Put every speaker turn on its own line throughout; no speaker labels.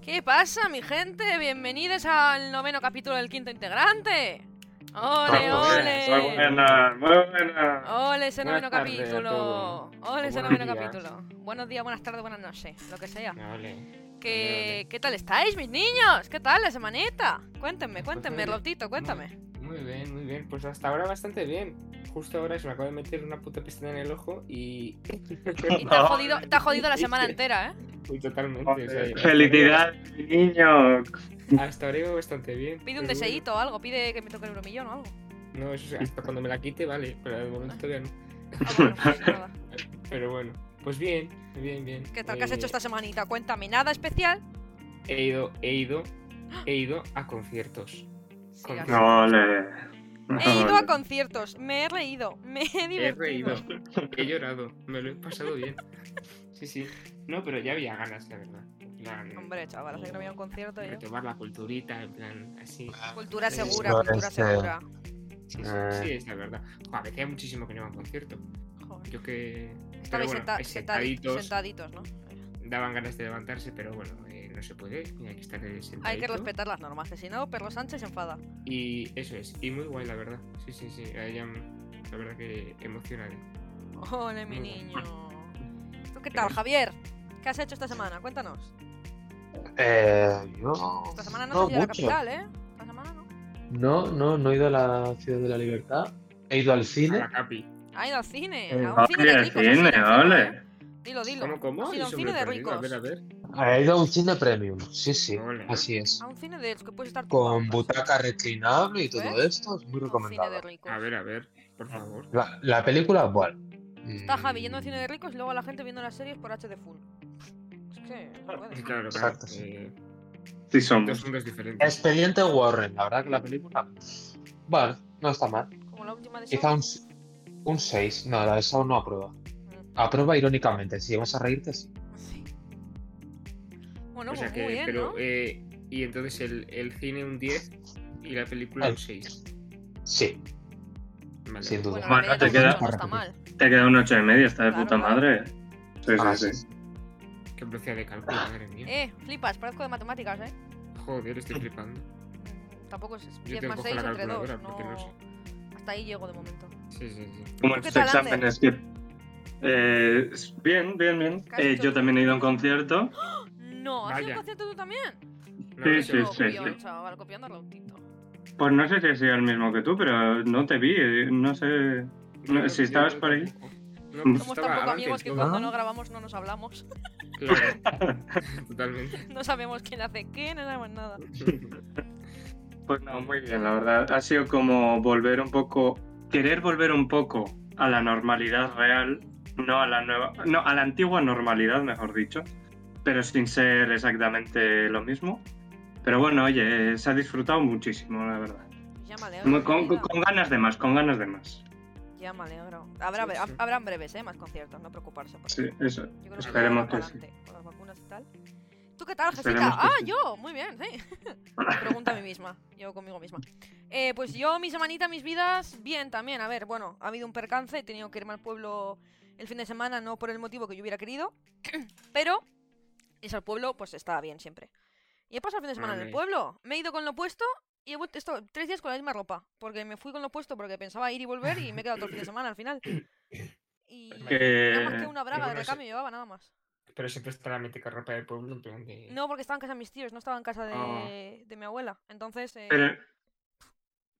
¿Qué pasa, mi gente? Bienvenidos al noveno capítulo del quinto integrante. ¡Ole,
Vamos, eh, Muy
ole!
buena, muy buena.
¡Ole ese noveno
Buenas tardes a
capítulo!
todos.
¡Ole ese
Buenos
noveno
días.
capítulo! Buenos días, buenas tardes, buenas noches, lo que sea.
Ole. Ole,
¿Qué,
ole.
¿Qué tal estáis, mis niños? ¿Qué tal la semanita? Cuéntenme, cuéntenme,
Pues, oye,
Lotito, cuéntame.
Muy bien, muy bien. Pues hasta ahora bastante bien. Justo ahora se me acaba de meter una puta pestaña en el ojo y.
Y te ha jodido, te ha jodido la semana entera, ¿eh?
y totalmente. o sea, hasta
Felicidades, niño.
ahora- Hasta ahora iba bastante bien.
Pide un
pero bueno.
deseíto o algo, pide que me toque el euromillón o algo.
No, eso es- hasta cuando me la quite, vale. Pero de momento todavía no.
Ah, bueno, pues nada.
Pero bueno, pues bien, bien, bien.
¿Qué tal? ¿Qué has
Eh,
hecho esta semanita? Cuéntame, nada especial.
He ido, he ido, he ido a conciertos.
Sí,
Con-
así.
Ole.
He ido a
Ole.
conciertos, me he reído, me he
He
divertido.
reído, he llorado, me lo he pasado bien. Sí, sí. No, pero ya había ganas, la verdad. En plan,
Hombre, chaval, hace que no había un concierto yo.
retomar la culturita, en plan, así.
Cultura
Sí,
segura,
no,
cultura
este-
segura.
Sí, sí,
Ah.
sí, es la verdad. Joder, hacía muchísimo que no iba a un concierto.
Joder.
Yo que
Estabais
bueno,
senta-
eh,
sentadi-
sentaditos.
sentaditos, ¿no?
daban ganas de levantarse, pero bueno, eh, no se puede, y hay que estar eh, sentadito.
Hay que respetar las normas, que si no, Perro Sánchez se enfada.
Y eso es, y muy guay, la verdad. Sí, sí, sí, ahí ya, mm, la verdad que emocionante.
Ole, mi
Mm.
niño. ¿Tú qué tal, Javier? ¿Qué has hecho esta semana? Cuéntanos.
Eh, yo.
Esta semana no,
no
has ido a la
mucho.
capital, ¿eh? Esta semana no.
No, no, no he ido a la Ciudad de la Libertad. He ido al
A
cine.
la capi.
Ha ido al cine.
Eh,
a un cine de
Ole,
ricos. ha sido un cine,
cine,
¿eh?
ole.
Dilo, dilo.
¿Cómo, cómo?
Ha sido
Yo
un
soy muy
cine de
perdido,
ricos.
A ver, a ver.
He ido a un cine premium. Sí, sí.
Ole.
Así es.
A un cine de los que puedes estar
Con
tumbado, casi.
butaca reclinable y todo
¿Eh?
esto. Es
Un cine
muy
de
recomendado.
ricos.
A ver, a ver, por
Ah,
favor.
La, la película, bueno.
Está Javi
mm,
yendo al cine de ricos y luego la gente viendo las series por HD full. Es que no puede.
Claro, claro.
Exacto, sí.
Eh,
Sí
dos
somos.
mundos diferentes.
Expediente Warren. La verdad que la película. Bueno, no está mal.
Como la última de
Quizá
Saw.
un, s- un 6. No, la de Saw no aprueba.
Mm.
Aprueba irónicamente. Si vas a reírte, sí.
Sí. Bueno,
O
pues
sea que,
muy bien,
pero,
¿no?
eh, y entonces el, el cine un 10 y la película un 6.
Sí,
Vale.
Ah, sin duda.
Bueno,
Bueno,
la media
te
tampoco
queda-
no está mal.
Te queda un ocho y medio, está de
Claro,
puta
claro.
madre. Sí,
Ahora
sí, sí.
Ah, sí.
Qué velocidad de cálculo, madre mía.
Eh, flipas, parezco de matemáticas, ¿eh?
Joder, estoy flipando.
Mm, Tampoco es
Yo
10
te
más
cojo
6
la
entre 2.
calculadora, porque no
No... Hasta ahí llego de momento.
Sí, sí, sí.
¿Tú
Como en
qué
tus
tal, Ander?
exámenes que. Eh, bien, bien, bien.
¿Qué has
Eh,
hecho
yo
tú?
también he ido a un concierto.
No, ¿has sido
Vaya.
concierto tú también?
No,
Sí,
no,
sí,
Pero
sí,
copión,
sí.
chaval, copiando a Rautito.
Pues no sé si he sido el mismo que tú, pero no te vi. eh, No sé.
yo
No, si
yo
estabas por ahí.
tampoco. No,
Somos
Somos
estaba
tan poco
antes,
amigos que
¿no?
cuando no grabamos no nos hablamos.
Claro. Totalmente.
No sabemos quién hace qué, no sabemos nada.
Pues no, muy bien, la verdad. Ha sido como volver un poco, querer volver un poco a la normalidad real, no a la nueva, no, a la antigua normalidad, mejor dicho, pero sin ser exactamente lo mismo. Pero bueno, oye, eh, se ha disfrutado muchísimo, la verdad.
Pues Ya me alegro.
Muy-
de
Con,
mi vida.
con ganas de más, con ganas de más.
Ya me alegro. Habrá,
Sí, sí.
Habrán breves, ¿eh? Más conciertos, no preocuparse. por
Sí,
eso.
eso.
Yo creo
Esperemos
que,
que
va
sí.
adelante con las vacunas y tal. ¿Tú qué tal, Jessica?
Esperemos que
Ah,
sí.
yo, muy bien, sí. Me pregunto a mí misma, yo conmigo misma. Eh, pues yo, mi semanita, mis vidas, bien también. A ver, bueno, ha habido un percance, he tenido que irme al pueblo el fin de semana, no por el motivo que yo hubiera querido, pero irse al pueblo, pues estaba bien siempre. Y he pasado el fin de semana en el
Vale.
pueblo, me he ido con lo puesto y he vuelto esto, tres días con la misma ropa, porque me fui con lo puesto porque pensaba ir y volver y me he quedado todo el fin de semana al final. Y nada más que
Que...
una braga de
bueno, sí.
recambio llevaba nada más.
Pero siempre está la mítica ropa del pueblo, en plan de.
No, porque estaba en casa de mis tíos, no estaba en casa de,
Ah.
de mi abuela. Entonces, eh,
Pero,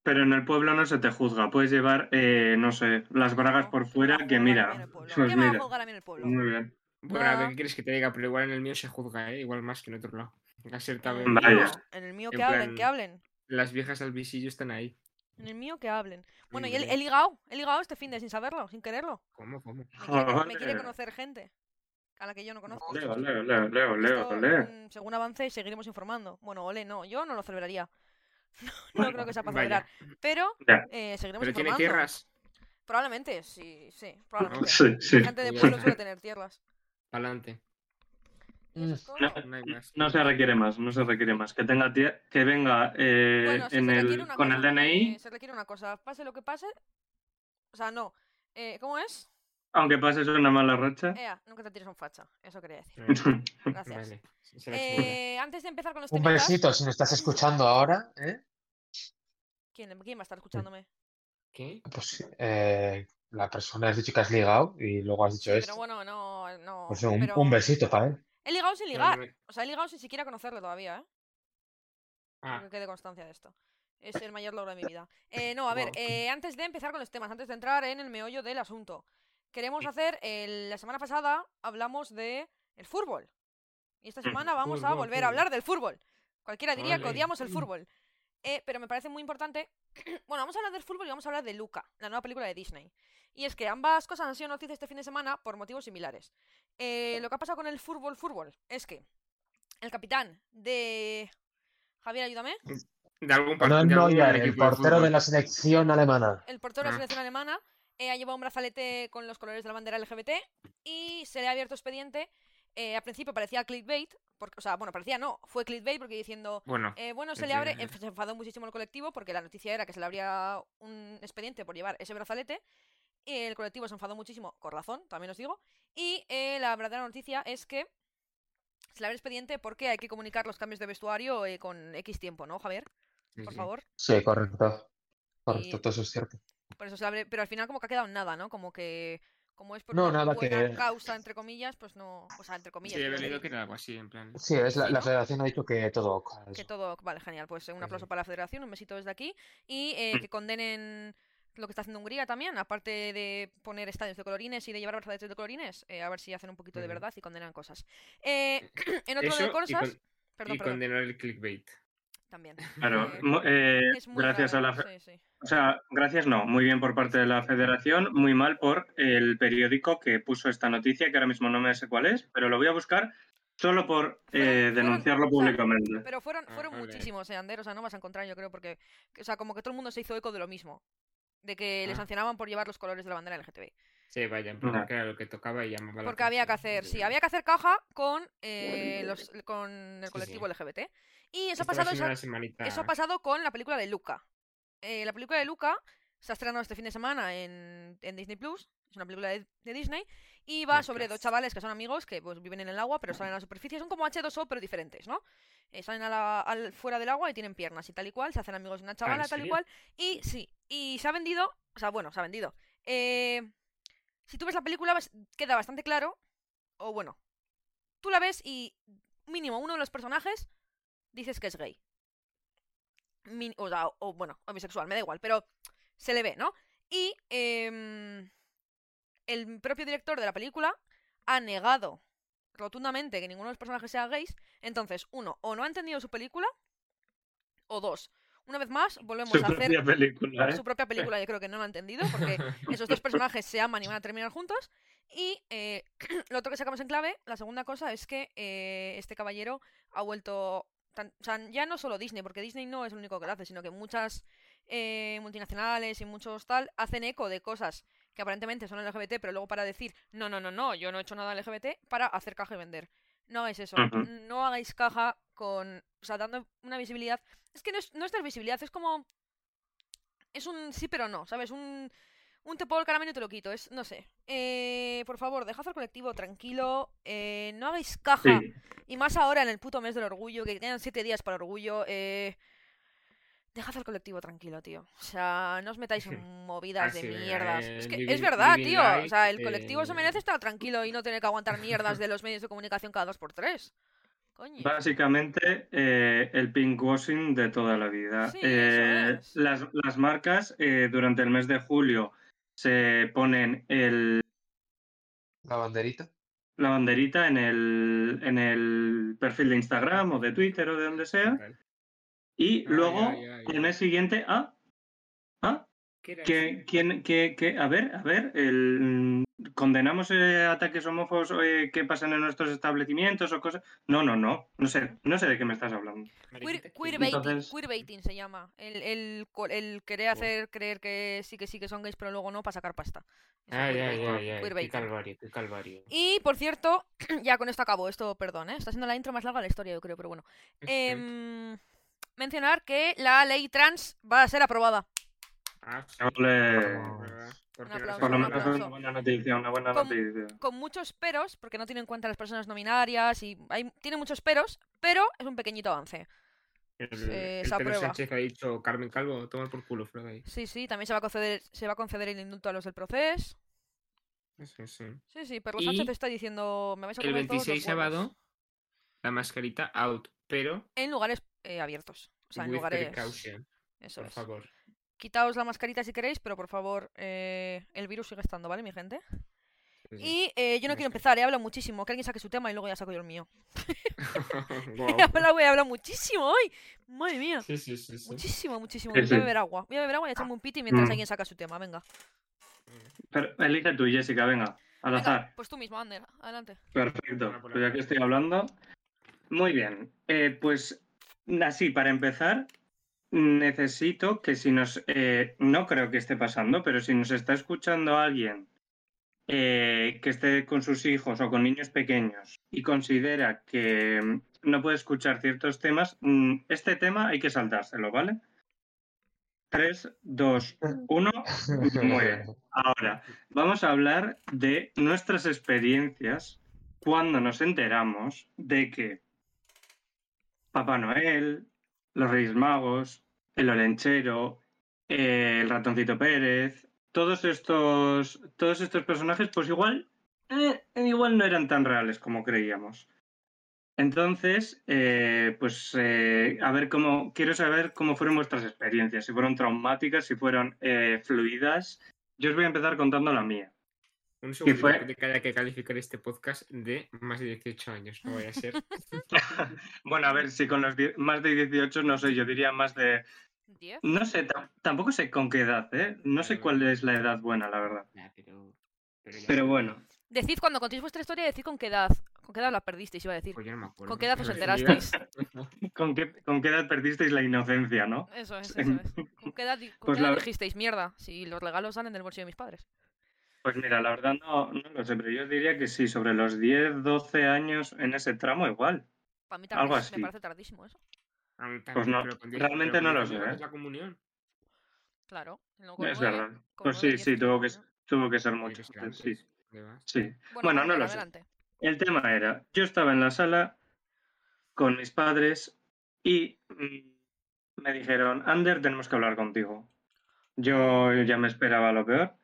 pero en el pueblo no se te juzga. Puedes llevar, eh, no sé, las bragas
no,
por
¿qué me va a
fuera,
juzgar a mí
que
en
mira.
el pueblo?
Pues
¿Qué me va a
mira.
juzgar a mí en el pueblo?
Muy bien.
Bueno, a ver
Nada.
qué quieres que te diga, pero igual en el mío se juzga, ¿eh? Igual más que en otro lado. La
En
Serta
el
de-
mío,
Vaya.
En el mío
En
que hablen,
plan-
que hablen.
Las viejas al visillo están ahí.
En el mío que hablen. Bueno, y he,
Hombre,
he ligado, he ligado este fin de sin saberlo, sin quererlo.
¿Cómo, cómo?
Me quiere, con- me
Joder.
quiere conocer gente a la que yo no conozco.
Leo, leo, leo, leo, leo,
Esto,
leo.
mm, según avance, seguiremos informando. Bueno, ole, no, yo no lo celebraría. No, creo que sea para celebrar.
Vaya.
Pero
Ya.
eh, seguiremos
Pero tiene
informando.
tierras.
Probablemente, sí, sí, probablemente.
Sí, sí.
La gente de
Pues ya
pueblo
está.
suele tener tierras.
Pa'lante.
Y eso es todo.
No,
No hay más.
No se requiere más, no se requiere más. Que tenga tie- que venga eh,
Bueno, sí,
en
se requiere
el,
una
con
cosa, pues
el DNI.
eh, se requiere una cosa, pase lo que pase. O sea, no. Eh, ¿Cómo es?
Aunque pases una mala racha.
Ea, nunca te tires un facha. Eso quería decir. Gracias.
Vale. se la chulo.
Eh, antes de empezar con los
Un
temitas-
besito si me estás escuchando ahora, ¿eh?
¿Quién, ¿Quién va a estar escuchándome?
¿Qué?
Pues eh, la persona has dicho que has ligado y luego has
Sí,
dicho
pero
esto.
bueno, no. no
Pues un,
pero
un besito para él.
He ligado sin
Pero no
ligar.
me-
O sea, he ligado sin siquiera conocerle todavía, ¿eh?
Ah,
Que quede constancia de esto. Es el mayor logro de mi vida. Eh, no, a ver,
Wow.
eh, antes de empezar con los temas, antes de entrar en el meollo del asunto, queremos hacer. el- la semana pasada hablamos de el fútbol. Y esta
Ujú,
semana vamos a
fútbol,
volver
fútbol.
a hablar del fútbol. Cualquiera diría que
Ole.
odiamos el fútbol. Eh, pero me parece muy importante. bueno, vamos a hablar del fútbol y vamos a hablar de Luca, la nueva película de Disney. Y es que ambas cosas han sido noticias este fin de semana por motivos similares. Eh, lo que ha pasado con el fútbol, fútbol, es que el capitán de. Javier, ayúdame.
de algún par- de
No, no,
algún
ya,
equipo
el
de
portero de
fútbol.
la selección alemana.
el portero de la
Ah.
selección alemana eh, ha llevado un brazalete con los colores de la bandera LGBT y se le ha abierto expediente. Eh, al principio parecía clickbait, porque, o sea, bueno, parecía no, fue clickbait porque diciendo,
Bueno,
eh, bueno, se
es
le abre,
que-
enf- se enfadó muchísimo el colectivo porque la noticia era que se le abría un expediente por llevar ese brazalete. Y el colectivo se enfadó muchísimo, con razón, también os digo. Y eh, la verdadera noticia es que se le abre expediente porque hay que comunicar los cambios de vestuario eh, con X tiempo, ¿no, Javier?
sí,
Por
sí.
favor.
Sí, correcto. Correcto,
Y-
todo eso es cierto.
Por eso se abre, pero al final como que ha quedado en nada, ¿no? Como que como es por
No,
una
nada
buena
que-
causa entre comillas, pues no, o sea, entre comillas,
Sí, he
quiero
venido que
decir,
era algo así, en plan.
Sí, es la,
Sí,
la
¿no?
federación ha dicho que todo ok.
que todo, vale, genial, pues eh, un
Sí,
aplauso
sí.
para la Federación, un besito desde aquí y
Mm.
eh, que condenen lo que está haciendo Hungría también, aparte de poner estadios de colorines y de llevar brazaletes de colorines, eh, a ver si hacen un poquito de
Ujú.
verdad y condenan cosas. Eh, en otro
Eso
de
y con-
cosas, perdón,
y
perdón,
condenar el clickbait.
también.
Claro.
Eh,
mu- eh,
es muy
gracias a
raro,
la. fe-
sí, sí.
O sea, gracias no. Muy bien por parte de la federación. Muy mal por el periódico que puso esta noticia, que ahora mismo no me sé cuál es, pero lo voy a buscar solo por
Fueron-
eh,
fueron-
denunciarlo
o sea,
públicamente.
Pero fueron,
Ah,
fueron
vale.
muchísimos, eh, Ander, o sea, no vas a encontrar, yo creo, porque, o sea, como que todo el mundo se hizo eco de lo mismo, de que le
Ah.
sancionaban por llevar los colores de la bandera LGTB.
Sí, vaya, en plan,
Ajá.
que era lo que tocaba y llamaba la
Porque había que
atención,
hacer, sí,
bueno.
había que hacer caja con, eh, los, con el
Sí,
colectivo
sí.
LGBT. Y eso
Esto
ha,
va
pasado,
siendo
esa-
la semanita-
eso ha pasado con la película de Luca. Eh, la película de Luca se ha estrenado este fin de semana en, en Disney Plus. Es una película de, de Disney. Y va
Disney
sobre dos
Plus.
chavales que son amigos que pues, viven en el agua, pero salen a la superficie. Son como H2O, pero diferentes, ¿no? Eh, salen a la- al, fuera del agua y tienen piernas y tal y cual. Se hacen amigos de una chavala, tal y
serio?
cual. Y sí, y se ha vendido. O sea, bueno, se ha vendido. Eh, si tú ves la película, vas- queda bastante claro. O bueno, tú la ves y mínimo uno de los personajes dices que es gay. Min- o, sea, o- o, bueno, o bisexual, me da igual, pero se le ve, ¿no? Y em, el propio director de la película ha negado rotundamente que ninguno de los personajes sea gays. Entonces, uno, o no ha entendido su película, o dos, una vez más, volvemos
Su
a hacer
propia película, ¿eh?
su propia película, yo creo que no lo ha entendido, porque esos dos personajes se aman y van a terminar juntos. Y eh, lo otro que sacamos en clave, la segunda cosa, es que eh, este caballero ha vuelto. tan- o sea, ya no solo Disney, porque Disney no es el único que lo hace, sino que muchas eh, multinacionales y muchos tal hacen eco de cosas que aparentemente son LGBT, pero luego para decir, no, no, no, no, yo no he hecho nada LGBT, para hacer caja y vender. No es eso.
Ujú.
No hagáis caja con. O sea, dando una visibilidad. Es que no es, no es dar visibilidad, es como. Es un sí, pero no, ¿sabes? Un un te pongo el caramelo y te lo quito, es, no sé. Eh, por favor, dejad al colectivo tranquilo, eh, no hagáis caja.
Sí.
Y más ahora en el puto mes del orgullo, que quedan siete días para orgullo, eh, dejad al colectivo tranquilo, tío. O sea, no os metáis en movidas
Ah,
de
sí, venga,
mierdas.
eh,
es que es
living-
verdad,
living
tío. O sea,
life,
el colectivo se merece
eh.
estar tranquilo y no tener que aguantar mierdas de los medios de comunicación cada dos por tres. Coño.
Básicamente, eh, el pinkwashing de toda la vida.
Sí,
Eh,
eso es.
las, las marcas eh, durante el mes de julio se ponen el,
La banderita.
la banderita en el, en el perfil de Instagram o de Twitter o de donde sea.
Total.
Y
Ah,
luego,
ya, ya, ya.
el mes siguiente, ah, ah,
¿Qué era
que,
eso?
quién, que, que, a ver, a ver, el, condenamos eh, ataques homófobos eh, que pasan en nuestros establecimientos o cosas. No, no, no, no sé, no sé de qué me estás hablando.
Queer,
Mariquita, ¿qué?
queerbaiting,
Entonces-
queerbaiting se llama. El, el, co- el querer
Oh.
hacer creer que sí que sí que son gays, pero luego no para sacar pasta. Eso es
Ah, ya,
queerbaiting,
ya, ya. Qué
queerbaiting.
calvario, qué calvario.
Y por cierto, ya con esto acabo, esto, perdón, ¿eh? está siendo la intro más larga de la historia, yo creo, pero bueno.
Este,
Em, mencionar que la ley trans va a ser aprobada.
Ah, sí.
Ole.
Ah, ¿verdad? Porque no
aplauso, un
sé
eh, Por lo
cómo-
menos es una
aplauso.
buena noticia, una buena
Con-
noticia.
Con muchos peros, porque no tiene en cuenta las personas no binarias y hay, tiene muchos peros, pero es un pequeñito avance.
El,
se
el Pedro
aprueba.
Sánchez ha dicho Carmen Calvo, toma por culo, fuera de ahí.
Sí, sí, también se va a conceder, se va a conceder el indulto a los del proceso.
Sí, sí.
Sí, sí, pero
Y
Sánchez está diciendo, me vais a
El
comer todos los
26
huevos".
sábado, la mascarita out, pero
En lugares eh, abiertos. O sea, en
with
lugares.
precaution,
Eso
por
es.
favor.
Quitaos la mascarita si queréis, pero por favor, eh, el virus sigue estando, ¿vale, mi gente?
Sí, sí.
Y eh, yo no quiero
Ya está.
empezar, he hablado muchísimo. Que alguien saque su tema y luego ya saco yo el mío.
Guau.
He hablado, he hablado muchísimo hoy. Madre mía.
Sí, sí, sí, sí. Ah.
Muchísimo, muchísimo.
Sí,
Voy a
sí.
beber agua. Voy a beber agua y echarme un piti mientras
Mm.
alguien saca su tema. Venga.
Pero elige tú, Jessica, venga, al azar.
Venga, pues tú mismo, Ander. Adelante.
Perfecto,
Hola, hola.
pues ya que estoy hablando. Muy bien, eh, pues así, para empezar, necesito que si nos, eh, no creo que esté pasando, pero si nos está escuchando alguien eh, que esté con sus hijos o con niños pequeños y considera que mm, no puede escuchar ciertos temas, mm, este tema hay que saltárselo, ¿vale? 3, 2, 1, muere. Ahora, vamos a hablar de nuestras experiencias cuando nos enteramos de que Papá Noel, los Reyes Magos, el Olenchero, eh, el Ratoncito Pérez, todos estos, todos estos personajes, pues igual, eh, igual no eran tan reales como creíamos. Entonces, eh, pues eh, a ver cómo, quiero saber cómo fueron vuestras experiencias, si fueron traumáticas, si fueron eh, fluidas. Yo os voy a empezar contando la mía.
Un segundo,
fue-
creo que haya que calificar este podcast de más de 18 años, no vaya a ser.
Bueno, a ver, si con los die- más de 18, no sé, yo diría más de...
¿Diez?
No sé, tam- tampoco sé con qué edad, ¿eh? No sé cuál es la edad buena, la verdad.
Nah, pero, ya está.
Pero bueno,
Decid cuando contéis vuestra historia, decid con qué edad. ¿Con qué edad la perdisteis? Iba a decir.
Pues yo no me acuerdo.
¿Con qué edad
en
os
realidad.
enterasteis?
¿con qué, ¿con qué edad perdisteis la inocencia, no?
Eso es,
Sí.
eso es. ¿Con qué edad, di- con
Pues
qué edad
la-
dijisteis mierda? Si los regalos salen del bolsillo de mis padres.
Pues mira, la verdad no, no lo sé, pero yo diría que sí, sobre los 10, 12 años en ese tramo igual.
Para mí
Algo
también me
así.
parece tardísimo eso.
A mí también,
Pues no,
pero con diez-
realmente
pero
no
con
lo
diez
sé,
años
¿eh?
la comunión.
Claro. no, con
Es
nueve,
verdad.
con
Pues
nueve,
sí,
diez,
sí, tuvo que,
¿no?
tuvo que ser
Tiene
mucho.
que ser
sí,
antes,
Sí,
además.
sí.
Bueno,
Bueno, no
Ander,
lo sé.
adelante.
El tema era, yo estaba en la sala con mis padres y mm, me dijeron, Ander, tenemos que hablar contigo. Yo ya me esperaba lo peor.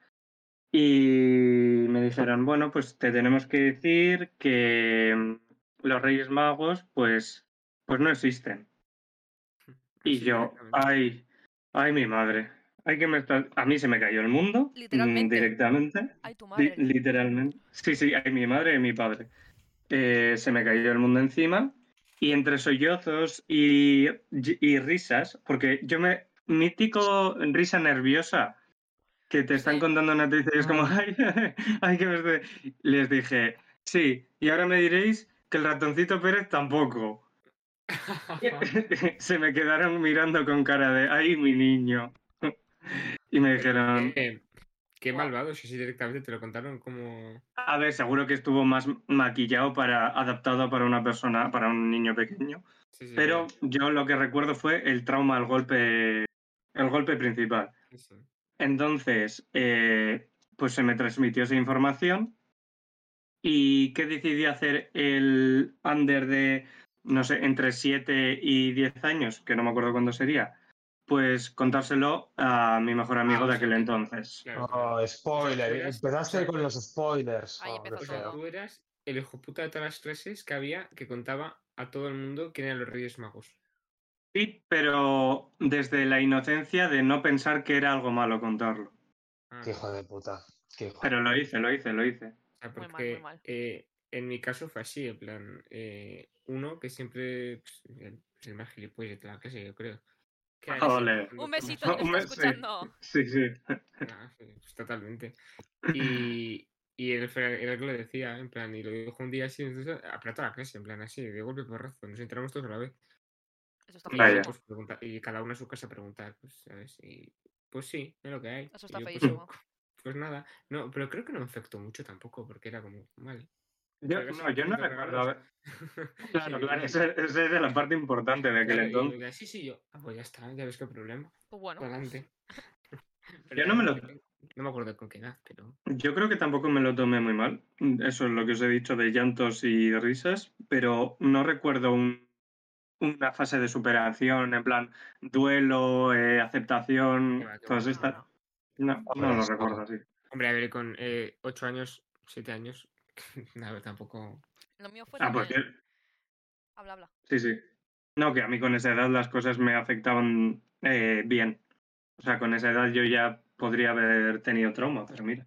Y me dijeron, bueno, pues te tenemos que decir que mm, los Reyes Magos, pues, pues no existen. Y
Sí,
yo,
exactamente.
ay, ay, mi madre. Ay, que me está- A mí se me cayó el mundo. mm,
Literalmente.
Directamente.
Ay, tu
Li-
madre.
literalmente. Sí, sí, hay mi madre y mi padre. Eh, se me cayó el mundo encima. Y entre sollozos y, y risas, porque yo me. Mítico risa nerviosa. Que te están
Sí. Ah.
contando una noticia y es como, ay, ay, que me estoy-". Les dije, sí, y ahora me diréis que el ratoncito Pérez tampoco. se me quedaron mirando con cara de, ay, mi niño. y me dijeron,
Eh, Qué
Guau.
malvado, si sí, directamente te lo contaron como.
A ver, seguro que estuvo más maquillado para adaptado para una persona, para un niño pequeño.
Sí, sí,
Pero yo lo que recuerdo fue el trauma, el golpe, el golpe principal.
sí, sí.
Entonces, eh, pues se me transmitió esa información. ¿Y qué decidí hacer el under de, no sé, entre 7 y 10 años, que no me acuerdo cuándo sería? Pues contárselo a mi mejor amigo
o
de
sea
aquel
que-
entonces.
Claro, claro.
Oh, spoiler. Empezaste con los spoilers. Oh,
Ahí
hombre,
O
empezó
feo.
sea,
todo.
tú eras el hijo puta de todas las clases que había que contaba a todo el mundo quién eran los Reyes Magos.
Sí, pero desde la inocencia de no pensar que era algo malo contarlo.
Ah,
Qué hijo de puta. Qué hijo.
Pero lo hice, lo hice, lo hice.
O sea,
Muy mal, muy
porque
mal.
eh, en mi caso fue así, en plan, eh, uno que siempre pues, el, pues, el más gilipollas de la clase, yo creo. que era el que
Ole.
Un
siempre cuando fuimos
besito que
a-
Un
me está
beso.
escuchando.
Sí, sí.
Ah, sí, pues, totalmente. Y, y él fue- era el que lo decía, en plan, y lo dijo un día así, entonces, a para toda la clase, en plan, así, de golpe porrazo, nos enteramos todos a la vez.
Eso está
Y,
Vaya.
feísimo.
pues, pregunta- y cada uno a su casa a preguntar, pues, ¿sabes? Y, pues sí, es lo que hay.
Eso
Y
está
yo, pues,
feísimo.
pues nada, no, pero creo que no me afectó mucho tampoco, porque era como, vale.
Yo,
Pero
no,
son
yo no
poquitos
recuerdo. a ver-
regalos.
Claro,
Sí,
claro,
sí.
esa esa era la parte importante de aquel
Claro, y yo "Ah,
entonces.
digo, sí, sí, yo. Ah, pues ya está, ya ves qué problema.
Pues bueno.
Adelante.
Yo no me lo-
No me acuerdo con qué edad, pero.
Yo creo que tampoco me lo tomé muy mal. Eso es lo que os he dicho de llantos y risas, pero no recuerdo un- una fase de superación, en plan duelo, eh, aceptación,
qué va, qué va,
todas
no,
estas.
no.
No,
Hombre,
no lo
es-
recuerdo así.
Hombre, a ver, con 8 años, 7 años. A ver, tampoco.
Lo mío fue.
Ah,
en
porque.
el- Habla, habla.
Sí, sí. No, que a mí con esa edad las cosas me afectaban eh, bien. O sea, con esa edad yo ya podría haber tenido trauma, pero mira,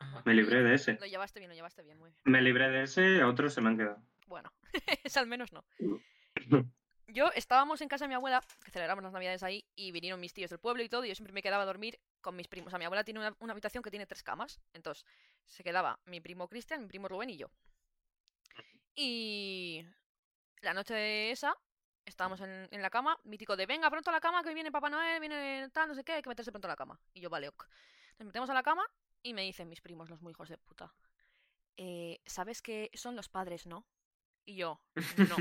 Ajá.
me libré de ese.
Lo llevaste bien, lo llevaste bien, muy bien.
Me libré de ese, otros se me han quedado.
Bueno, es al menos no. Yo estábamos en casa de mi abuela, que celebramos las navidades ahí, y vinieron mis tíos del pueblo y todo, y yo siempre me quedaba a dormir con mis primos. O sea, mi abuela tiene una, una habitación que tiene tres camas, entonces se quedaba mi primo Cristian, mi primo Rubén y yo. Y la noche esa, estábamos en, en la cama, mítico de, venga, pronto a la cama, que hoy viene Papá Noel, viene tal, no sé qué, hay que meterse pronto a la cama. Y yo, vale, ok. Nos metemos a la cama y me dicen mis primos, los muy hijos de puta. "Eh, ¿Sabes que son los padres, no? Y yo, no.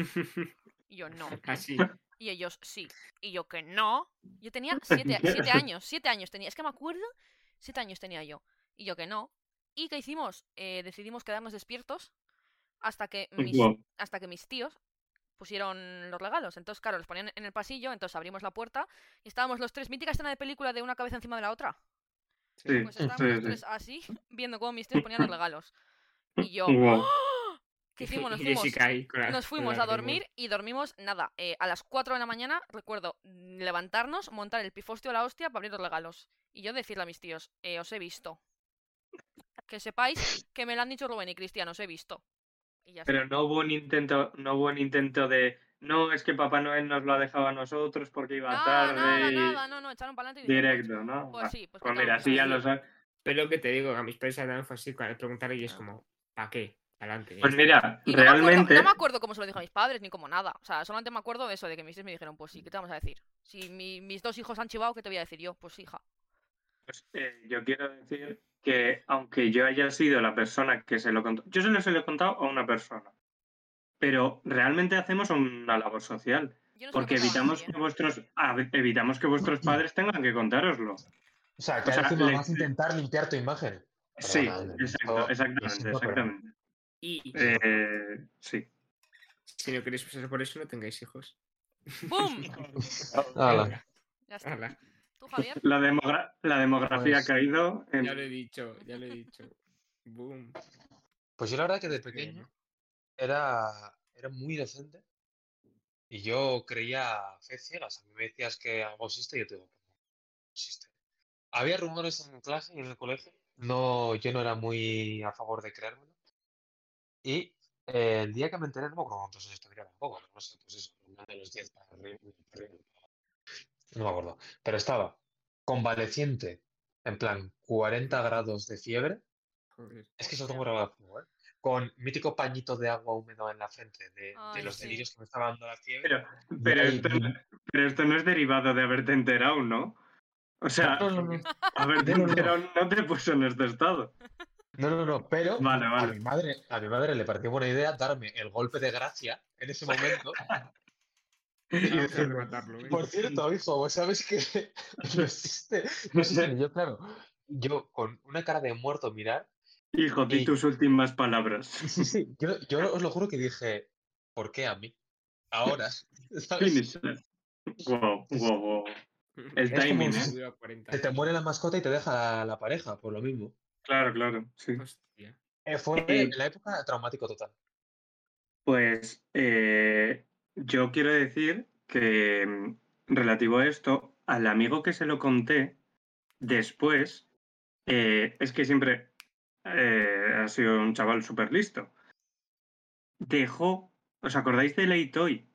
Y yo, no.
Así.
Y ellos, sí. Y yo, que no. Yo tenía siete, siete años, siete años tenía. Es que me acuerdo, siete años tenía yo. Y yo, que no. ¿Y qué hicimos? Eh, decidimos quedarnos despiertos hasta que mis,
Guau.
hasta que mis tíos pusieron los regalos. Entonces, claro, los ponían en el pasillo, entonces abrimos la puerta y estábamos los tres. Mítica escena de película de una cabeza encima de la otra.
Sí,
Pues
sí,
estábamos los
sí.
tres así, viendo cómo mis tíos ponían los regalos. Y yo,
Guau.
¡Ah! ¿qué hicimos? Nos
Y
fuimos.
Jessica ahí con la-
Nos
con
fuimos
la
a
remote.
dormir y dormimos nada. eh, a las 4 de la mañana, recuerdo mm, levantarnos, montar el pifostio a la hostia para abrir los regalos. Y yo decirle a mis tíos, eh, os he visto. Que sepáis que me lo han dicho Rubén y Cristian, os he visto. Y ya está.
Pero no hubo un intento, no hubo un intento de no, es que Papá Noel nos lo ha dejado a nosotros porque iba
Nada,
tarde
nada,
y
nada, no, no, echaron para adelante y dijeron,
directo, ¿no?
Pues
Ah,
sí, pues,
Pues
que
mira,
tal,
así ya
así".
lo sabes.
Pero lo que te digo, a mis padres también fue así, cuando preguntaré y es como, ¿para qué? Adelante.
Pues mira,
Y no me acuerdo-
realmente.
No me acuerdo cómo se lo dije a mis padres ni como nada. O sea, solamente me acuerdo de eso, de que mis tíos me dijeron, pues sí, ¿qué te vamos a decir? Si mi- mis dos hijos han chivado, ¿qué te voy a decir yo? Pues hija.
Pues, eh, yo quiero decir que aunque yo haya sido la persona que se lo contó, yo solo se lo he contado a una persona, pero realmente hacemos una labor
Yo
social,
no se lo contaba
porque
a
evitamos
nadie.
que vuestros a- evitamos que vuestros padres tengan que contároslo.
O sea,
O
que
sea,
encima
le-
vas a intentar limpiar tu imagen.
Sí,
madre,
exacto,
esto-
exactamente,
esto, pero no.
exactamente.
Y
Eh, sí.
si no queréis pasar por eso, no tengáis hijos.
¿eh? ¡Bum!
Hala.
Venga,
Ya está.
hala.
¿Tú, Javier?
La, demogra- la demografía
Pues-
ha caído. en-
Ya lo he dicho, ya lo he dicho. Boom.
Pues yo la verdad que de
Qué bien,
pequeño
¿no?
era, era muy inocente y yo creía a fe ciegas. A mí me decías que algo existe y yo te digo, "Pues no existe. Había rumores en clase y en el colegio. No, yo no era muy a favor de creérmelo. Y eh, el día que me enteré, no me acuerdo cuántos años tendría tampoco, pero no sé, pues eso, de los 10 para arriba, para arriba. No me acuerdo. Pero estaba convaleciente, en plan 40 grados de fiebre.
Joder.
Es
Pues
que eso tengo grabado como, ¿eh? Con mítico pañito de agua húmedo en la frente de, de
Ay,
los
sí.
delirios que me estaba dando la fiebre.
Pero, pero
Ay,
esto,
no.
pero esto no es derivado de haberte enterado, ¿no? O sea,
No, no, no.
haberte
No, no, no.
enterado no te puso en este estado.
No, no, no, pero
Vale,
a
vale.
mi madre, a mi madre le pareció buena idea darme el golpe de gracia en ese momento.
Y
y
vamos a
decirme,
arrebatarlo, venga.
Por cierto, hijo, vos sabes que no existe. No existe. Y yo, claro, yo con una cara de muerto mirar.
Hijo, di
Y-
tus últimas palabras.
Sí, sí. Yo, yo os lo juro que dije, ¿por qué a mí? Ahora. ¿sabes?
Finish. Wow, wow, wow. El
como
timing,
si-
¿eh?
Subió a 40.
Se te muere la mascota y te deja la pareja, por lo mismo.
Claro, claro, sí.
Hostia.
Eh, fue
Eh,
la época traumático total.
Pues eh, yo quiero decir que mm, relativo a esto, al amigo que se lo conté después, eh, es que siempre eh, ha sido un chaval súper listo. Dejó, ¿os acordáis de Late Toy?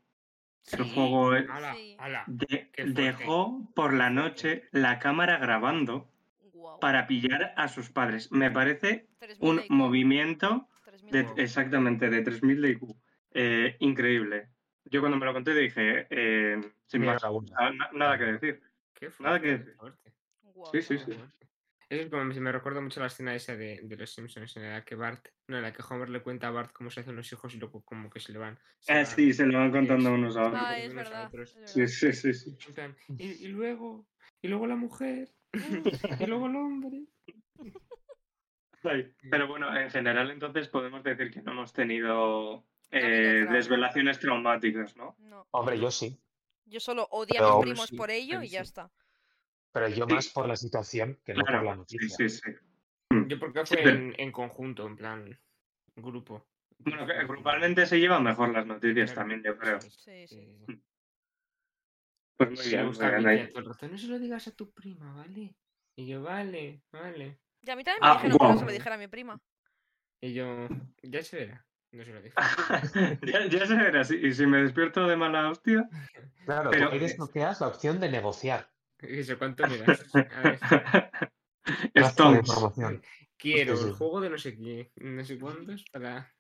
El
Sí.
juego eh,
Hala,
Sí.
hala.
de-
Qué fuerte.
dejó por la noche la cámara grabando
Guau.
para pillar a sus padres. Me parece
3.000
un
de IQ,
movimiento
3.000
de-
de IQ.
exactamente, de 3000 de IQ. Eh, increíble. Yo cuando me lo conté dije, eh, sin
Mira
más, ah,
la una.
na- na- nada que decir.
Qué fuerte.
Nada que
qué
decir.
fuerte.
Guau,
Sí, sí,
chaval.
sí.
Eso es como se me recuerda mucho la escena esa de, de los Simpsons, en la que Bart, no, en la que Homer le cuenta a Bart cómo se hacen los hijos y luego como que se le van. se
Ah,
van.
sí, se lo van contando
sí.
unos a otros.
Ah,
de
es
unos a
verdad.
otros.
es
Sí,
verdad.
sí, sí. sí.
En plan, Y, y luego, y luego la mujer, y luego el hombre.
Ay, Pero bueno, en general entonces podemos decir que no hemos tenido eh,
Caminos,
desvelaciones traumáticas, ¿no?
No.
Hombre, yo sí.
Yo solo odié a
Pero
mis
aún
primos
así,
por ello
aún
y ya
así.
está.
Pero yo
Sí.
más por la situación que no
Claro,
por la
sí,
noticia.
sí, sí.
Yo porque
Sí,
fue
pero-
en, en conjunto, en plan, grupo.
Bueno, que eh, grupalmente se llevan mejor las noticias también, yo creo.
Sí, sí.
Pues muy bien,
Me
muy
gusta
bien
a mí
ahí.
que todo el rato, No se lo digas a tu prima, ¿vale? Y yo, vale, vale.
Y a mí también me
Ah,
dijeron que no
guau.
se lo dijera a mi prima.
Y yo, ya se verá. No se lo dije.
ya, ya se verá, si- y si me despierto de mala hostia.
Claro,
Pero-
tú ahí desbloqueas la opción de negociar.
Y eso, ¿cuánto me das? A ver,
Plazo de
Stones.
promoción.
quiero
Sí,
el
sí.
juego de no sé qué, no sé cuántos, para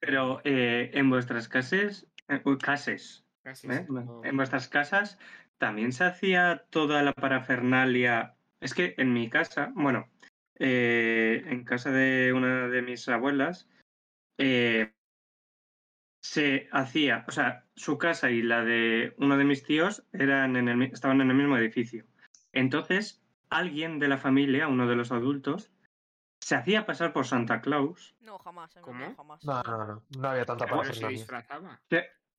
Pero eh, en vuestras casas, eh, uy, casas,
casi.
¿eh?
o-
en vuestras casas también se hacía toda la parafernalia. Es que en mi casa, bueno, eh, en casa de una de mis abuelas, eh, se hacía, o sea, su casa y la de uno de mis tíos eran en el, mi- estaban en el mismo edificio. Entonces, alguien de la familia, uno de los adultos, se hacía pasar por Santa Claus.
No, jamás. en
¿Cómo?
verdad, jamás.
No, no, no. No había tanta
Pero
Pero
para hacer
se
nadie.
disfrazaba.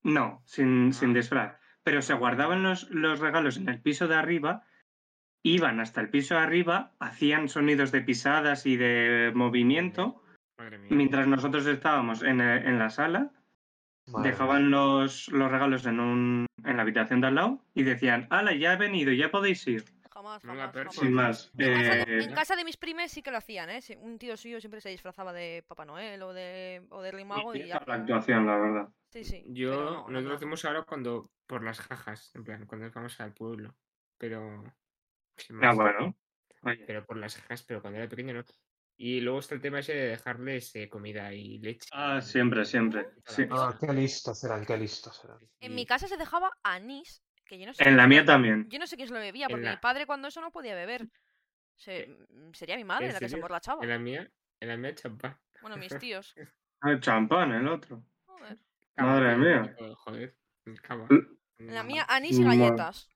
No, sin, sin
Ah.
disfraz. pero se guardaban los, los regalos en el piso de arriba, iban hasta el piso de arriba, hacían sonidos de pisadas y de movimiento,
Madre mía.
mientras nosotros estábamos en, eh, en la sala,
Madre
dejaban los, los regalos en, un, en la habitación de al lado y decían, ala, ya he venido, ya podéis ir.
Jamás,
No la
jamás.
perches.
jamás.
Sin más.
En casa, de,
eh,
en casa de mis primes sí que lo hacían, ¿eh? Sí, Un tío suyo siempre se disfrazaba de Papá Noel o de, o de Rey Mago y ya.
la actuación, la verdad.
Sí, sí.
Yo,
pero no,
nosotros
no,
lo
no.
hacemos ahora cuando, por las jajas, en plan, cuando vamos al pueblo. Pero. sin
Ah,
más.
bueno. Oye,
Pero por las jajas, pero cuando era pequeño no. Y luego está el tema ese de dejarles eh, comida y leche.
Ah, siempre, siempre, sí.
mía. Ah, qué listos eran, qué listos eran.
En mi casa se dejaba anís, que yo no sé.
en la
quién-
mía también.
Yo no sé quién se lo bebía,
En
porque
la-
mi padre cuando eso no podía
Eh,
beber. Se- mm, Sería mi madre
¿En
la que se
serio?
emborrachaba.
En la mía, en la mía chapa.
Bueno, mis tíos.
El Ah, champán, el otro.
Joder.
Madre mía.
Joder, cava.
En la mía, anís y
Madre.
galletas.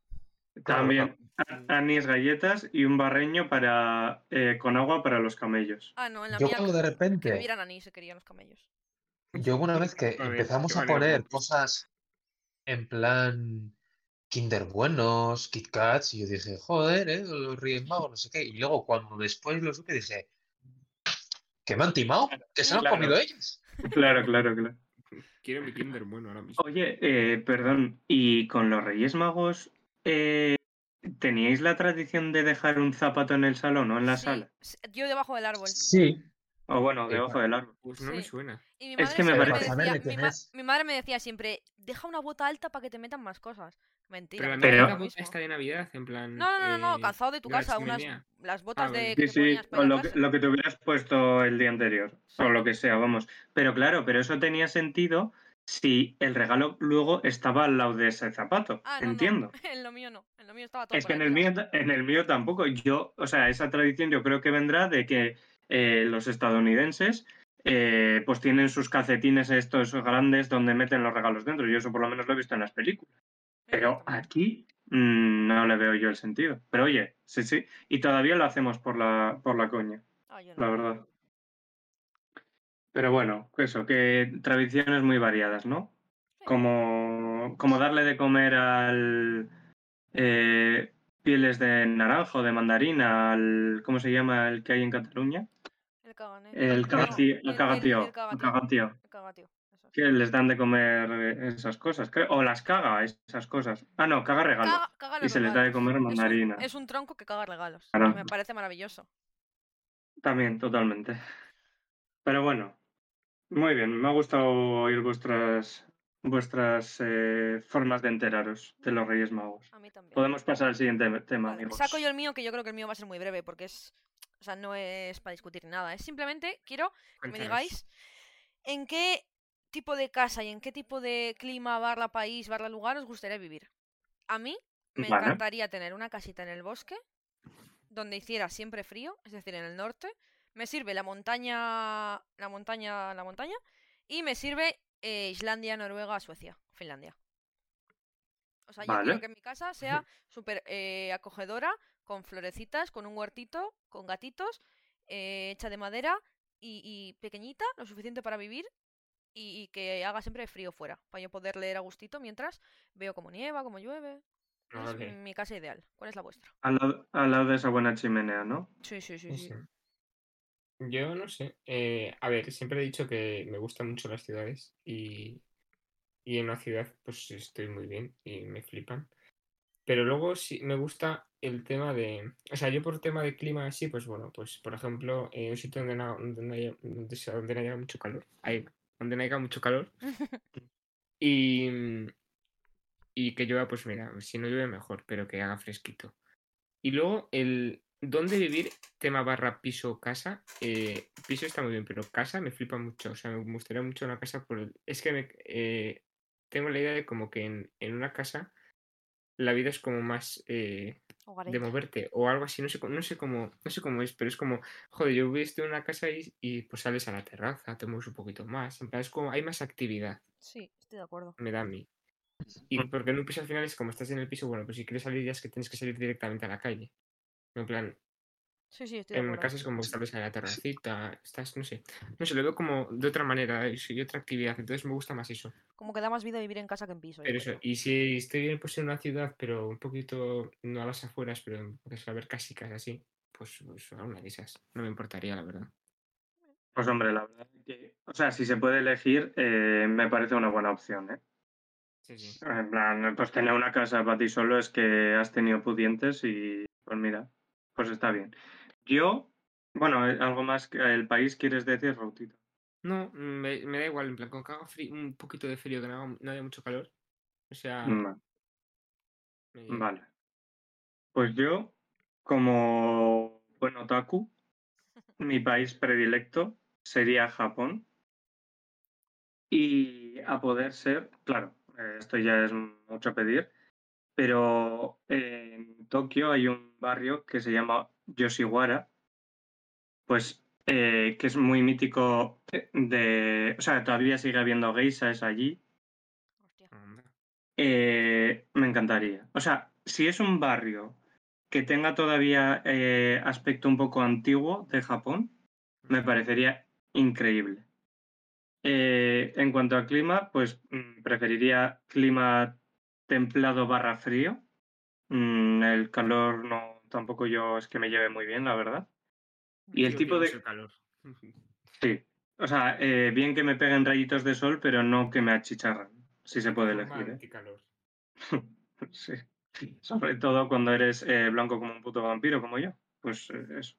Claro,
También a- anís, galletas y un barreño para, eh, con agua para los camellos.
Ah, no, en la
Yo
mía.
cuando de
Que
repente,
bebieran anís se querían los camellos.
yo hubo una vez que
A ver,
empezamos
qué
a
manera
poner
de-
cosas en plan Kinder Buenos, Kit Kats, y yo dije, joder, ¿eh? los Reyes Magos, no sé qué. Y luego cuando después lo supe dije, que me han timado, que se lo han
Claro.
comido ellos.
Claro, claro, claro.
Quiero mi Kinder bueno ahora mismo.
Oye, eh, perdón, ¿y con los Reyes Magos eh, teníais la tradición de dejar un zapato en el salón o en la
Sí,
sala?
s- Yo debajo del árbol.
Sí.
O bueno,
Sí,
debajo del árbol.
Pues no me
Sí.
suena.
Y mi
Es
madre
que me
siempre decía-
parece-
Para saber de
mi,
quién
ma-
es.
mi madre me decía siempre, deja una bota alta para que te metan más cosas. Mentira.
Pero la
me
Pero-
mía
da
la
lo
bota
mismo.
está de Navidad, en plan.
No, no, no, no,
eh,
calzado de tu
de la
casa, unas,
chimenea.
las botas
Ah,
de
vale.
que te
Sí, sí,
ponías para ir
o
a
lo que,
clase.
lo que te hubieras puesto el día anterior, o lo que sea, vamos. Pero claro, pero eso tenía sentido si el regalo luego estaba al lado de ese zapato.
Ah, no, no,
Entiendo.
en lo mío no, en lo mío estaba todo
Es que
por
en el,
detrás.
mío, ta- en el mío tampoco. Yo, o sea, esa tradición yo creo que vendrá de que eh, los estadounidenses eh, pues tienen sus calcetines estos grandes donde meten los regalos dentro. Yo eso por lo menos lo he visto en las películas. Pero
Exactamente.
aquí mm, no le veo yo el sentido. Pero oye, sí, sí. Y todavía lo hacemos por la, por la coña,
Ah, yo no.
la verdad. Pero bueno, eso, que tradiciones muy variadas, ¿no?
Sí.
como, como darle de comer al eh, pieles de naranjo, de mandarina, al ¿cómo se llama el que hay en Cataluña?
El cagané.
El
No,
cagatío,
el-
el
el-
cagatío,
el cagatío,
el cagatío,
el cagatío, eso.
que les dan de comer eh, esas cosas, creo, o las caga esas cosas. Ah, no, caga regalo.
Caga- caga
y
los
se les da de
regalos.
comer
Es un-
mandarina.
Es un tronco que caga regalos. que
Naranjo.
Me parece maravilloso.
También, totalmente. Pero bueno, muy bien, me ha gustado oír vuestras vuestras eh, formas de enteraros de los Reyes Magos.
A mí también.
Podemos pasar al siguiente tema,
Vale,
amigos.
Saco yo el mío, que yo creo que el mío va a ser muy breve, porque es. O sea, no es para discutir ni nada. Es simplemente quiero que me
Cuéntanos.
digáis en qué tipo de casa y en qué tipo de clima, barra país, barra lugar os gustaría vivir. A mí me
Vale.
encantaría tener una casita en el bosque donde hiciera siempre frío, es decir, en el norte. Me sirve la montaña, la montaña, la montaña. Y me sirve eh, Islandia, Noruega, Suecia, Finlandia. O sea, yo
Vale.
quiero que mi casa sea súper eh, acogedora, con florecitas, con un huertito, con gatitos, eh, hecha de madera y, y pequeñita, lo suficiente para vivir y, y que haga siempre frío fuera, para yo poder leer a gustito mientras veo cómo nieva, cómo llueve. Es
Vale.
mi casa ideal. ¿Cuál es la vuestra?
Al lado, al lado de esa buena chimenea, ¿no?
Sí, sí, sí.
No
sí.
sé. Yo no sé. eh, a ver, siempre he dicho que me gustan mucho las ciudades y, y en una ciudad pues estoy muy bien y me flipan. Pero luego sí me gusta el tema de... O sea, yo por tema de clima así, pues bueno, pues por ejemplo, eh, un sitio donde no, donde no haya, donde, sea- donde no haya mucho calor. Ahí, donde no haya mucho calor. Y, y que llueva, pues mira, si no llueve mejor, pero que haga fresquito. Y luego el dónde vivir, tema barra piso casa. eh, piso está muy bien, pero casa me flipa mucho. O sea, me gustaría mucho una casa por el- Es que me- eh, tengo la idea de como que en, en una casa la vida es como más eh,
Hogareta.
de moverte o algo así. No sé, cómo- no sé cómo, no sé cómo es, pero es como, joder, yo voy en una casa y, y pues sales a la terraza, te mueves un poquito más. En plan, es como hay más actividad
Sí, estoy de acuerdo.
me da a mí. Y porque en un piso al final es como estás en el piso, bueno, pues si quieres salir ya es que tienes que salir directamente a la calle. En plan,
Sí, sí, estoy de
en mi
acuerdo.
casa es como que sales a la terracita, estás, no sé, no sé, lo veo como de otra manera, es y otra actividad, entonces me gusta más eso.
Como que da más vida vivir en casa que en piso. yo
Pero eso,
creo.
y si estoy pues en una ciudad, pero un poquito, no a las afueras, pero pues, a ver casi casi así, pues, pues a una de esas, no me importaría, la verdad.
Pues hombre, la verdad es que, o sea, si se puede elegir, eh, me parece una buena opción, ¿eh?
Sí, sí.
Ah.
En plan, pues tener una casa para ti solo es que has tenido pudientes y pues mira, pues está bien. Yo, bueno, eh, algo más que el país quieres decir, Rautito.
No, me, me da igual, en plan, con que haga frío, un poquito de frío, que no, haga- no haya mucho calor. O sea,
Va-
me-
Mm, Vale. Pues yo, como buen otaku, mi país predilecto sería Japón. Y a poder ser, claro, eh, esto ya es mucho pedir, pero en Tokio hay un barrio que se llama Yoshiwara, pues eh, que es muy mítico eh, de, o sea, todavía sigue habiendo geishas allí.
Hostia.
Anda.
Eh, me encantaría. O sea, si es un barrio que tenga todavía eh, aspecto un poco antiguo de Japón, me parecería increíble. Eh, en cuanto a clima, pues mm, preferiría clima templado barra frío. Mm, el calor no, tampoco yo es que me lleve muy bien, la verdad. Y el
Yo
tipo
quiero
de-
mucho calor.
Sí. O sea, eh, bien que me peguen rayitos de sol, pero no que me achicharran, si se puede elegir, ¿eh?
Pues Anticalor.
Sí. Sobre todo cuando eres eh, blanco como un puto vampiro como yo. Pues eh, eso.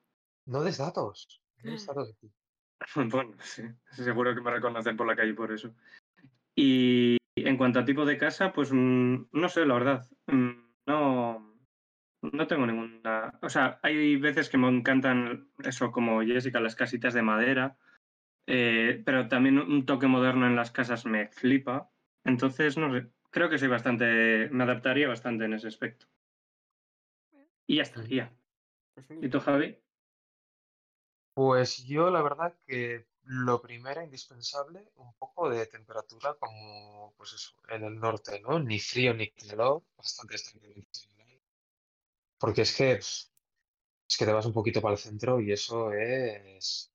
No des datos. No des datos aquí.
Bueno, sí. Seguro que me reconocen por la calle por eso. Y en cuanto a tipo de casa, pues mm, no sé, la verdad. Mm, No, no tengo ninguna. O sea, hay veces que me encantan eso, como Jessica, las casitas de madera. eh, pero también un toque moderno en las casas me flipa. Entonces, no sé. Creo que soy bastante. Me adaptaría bastante en ese aspecto. Y ya estaría.
Pues muy
¿Y tú,
bien.
Javi?
Pues yo la verdad que lo primero indispensable, un poco de temperatura como pues eso, en el norte, ¿no? Ni frío ni calor, bastante estable. Porque es que pf, es que te vas un poquito para el centro y eso es,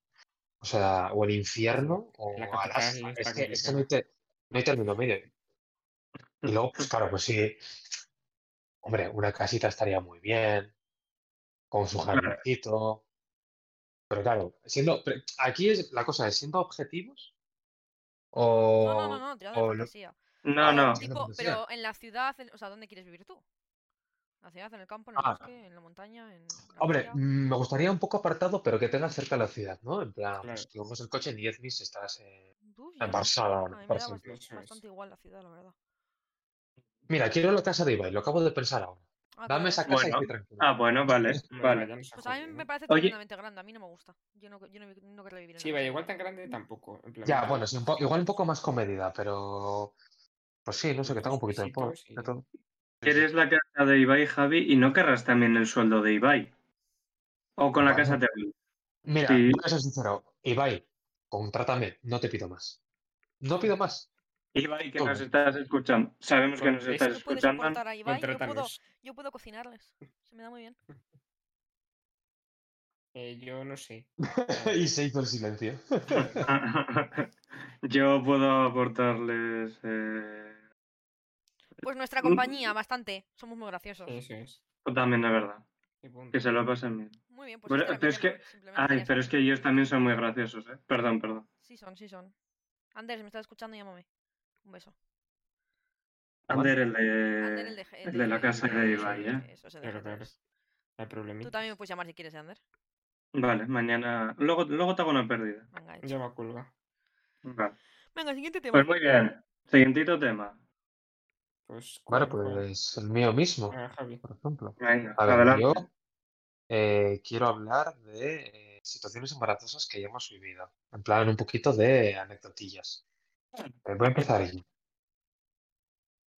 o sea, o el infierno o
La
a las-
capital
es
está
que, es que no hay, te- no hay término medio. Y luego, pues claro, pues sí, hombre, una casita estaría muy bien, con su
Claro.
jardincito. Pero claro, siendo, pero aquí es la cosa, es siendo objetivos o...
No, no, no, no, tirado de
o lo-
fantasía.
No,
Ah,
no.
sí.
Tipo,
fantasía.
pero en la ciudad, en- o sea, ¿dónde quieres vivir tú? ¿En la ciudad, en el campo, en el
Ah.
bosque, en la montaña, en la
Hombre,
playa?
mm, me gustaría un poco apartado, pero que tenga cerca la ciudad, ¿no? En plan,
Claro.
pues que coges el coche en 10 mil estás en,
Tú,
en
ya. A
Barcelona,
mí me
por
da
ejemplo.
bast-
Eso es.
bastante igual la ciudad, la verdad.
Mira, quiero la casa de Ibai, lo acabo de pensar ahora.
Ah, claro,
Dame esa
sí.
casa y
Bueno.
estoy tranquilo.
Ah, bueno, vale,
Bueno,
vale.
ya nos ha
Pues a mí
jodido,
me
¿no?
parece
Oye.
tremendamente grande, a mí no me gusta. Yo no, yo no, vi- no Mm. querría vivir en
Sí,
una
vaya,
casa
igual tan
grande.
grande tampoco. en plan,
Ya,
para-
bueno, sí, un po- igual un poco más comedida, pero... Pues sí, no sé, que
Con
tenga un
tus
poquito de, po-
pisitos y-
de todo. Sí, sí.
¿Quieres la casa de Ibai, Javi? Y no querrás también el sueldo de Ibai. O con la
Bueno.
casa te voy.
Mira,
Sí.
voy a ser sincero, Ibai, contrátame, no te pido más. No pido más.
Ibai, que nos
Hombre.
estás escuchando. Sabemos que
Con
nos
esto
estás
Tú puedes
escuchando.
soportar a Ibai, yo puedo,
Contrátanos.
yo puedo cocinarles. Se me da muy bien.
Eh, yo no sé. Eh,
y se hizo el silencio.
Yo puedo aportarles. eh,
Pues nuestra compañía, bastante. Somos muy graciosos.
Eso es.
También de verdad.
Y punto.
Que se lo pasen bien.
Muy bien, pues
Bueno,
espérame
pero es
que no, simplemente ya
Ay,
está.
pero es que ellos también son muy graciosos, ¿eh? Perdón, perdón.
Sí son, sí son. Andrés, me estás escuchando, llámame. Un beso.
Ander, el
Ander, el
de.
de,
Eh, el de la casa de Ibai, ¿eh?
Eso, ese de
Claro, claro.
G3.
No hay
Tú
problema.
también me puedes llamar si quieres, ¿eh, Ander.
Vale, mañana. Luego, luego te hago una pérdida.
Venga, hecho.
Ya va colga.
Vale.
Venga, siguiente tema.
Pues muy bien. Siguientito tema.
Pues,
Vale,
cuelga, cuelga.
pues el mío mismo,
Ah, Javi.
por ejemplo.
Venga,
A ver,
adelante.
yo eh, quiero hablar de eh, situaciones embarazosas que hayamos vivido. En plan, un poquito de anecdotillas. Eh, voy a empezar yo.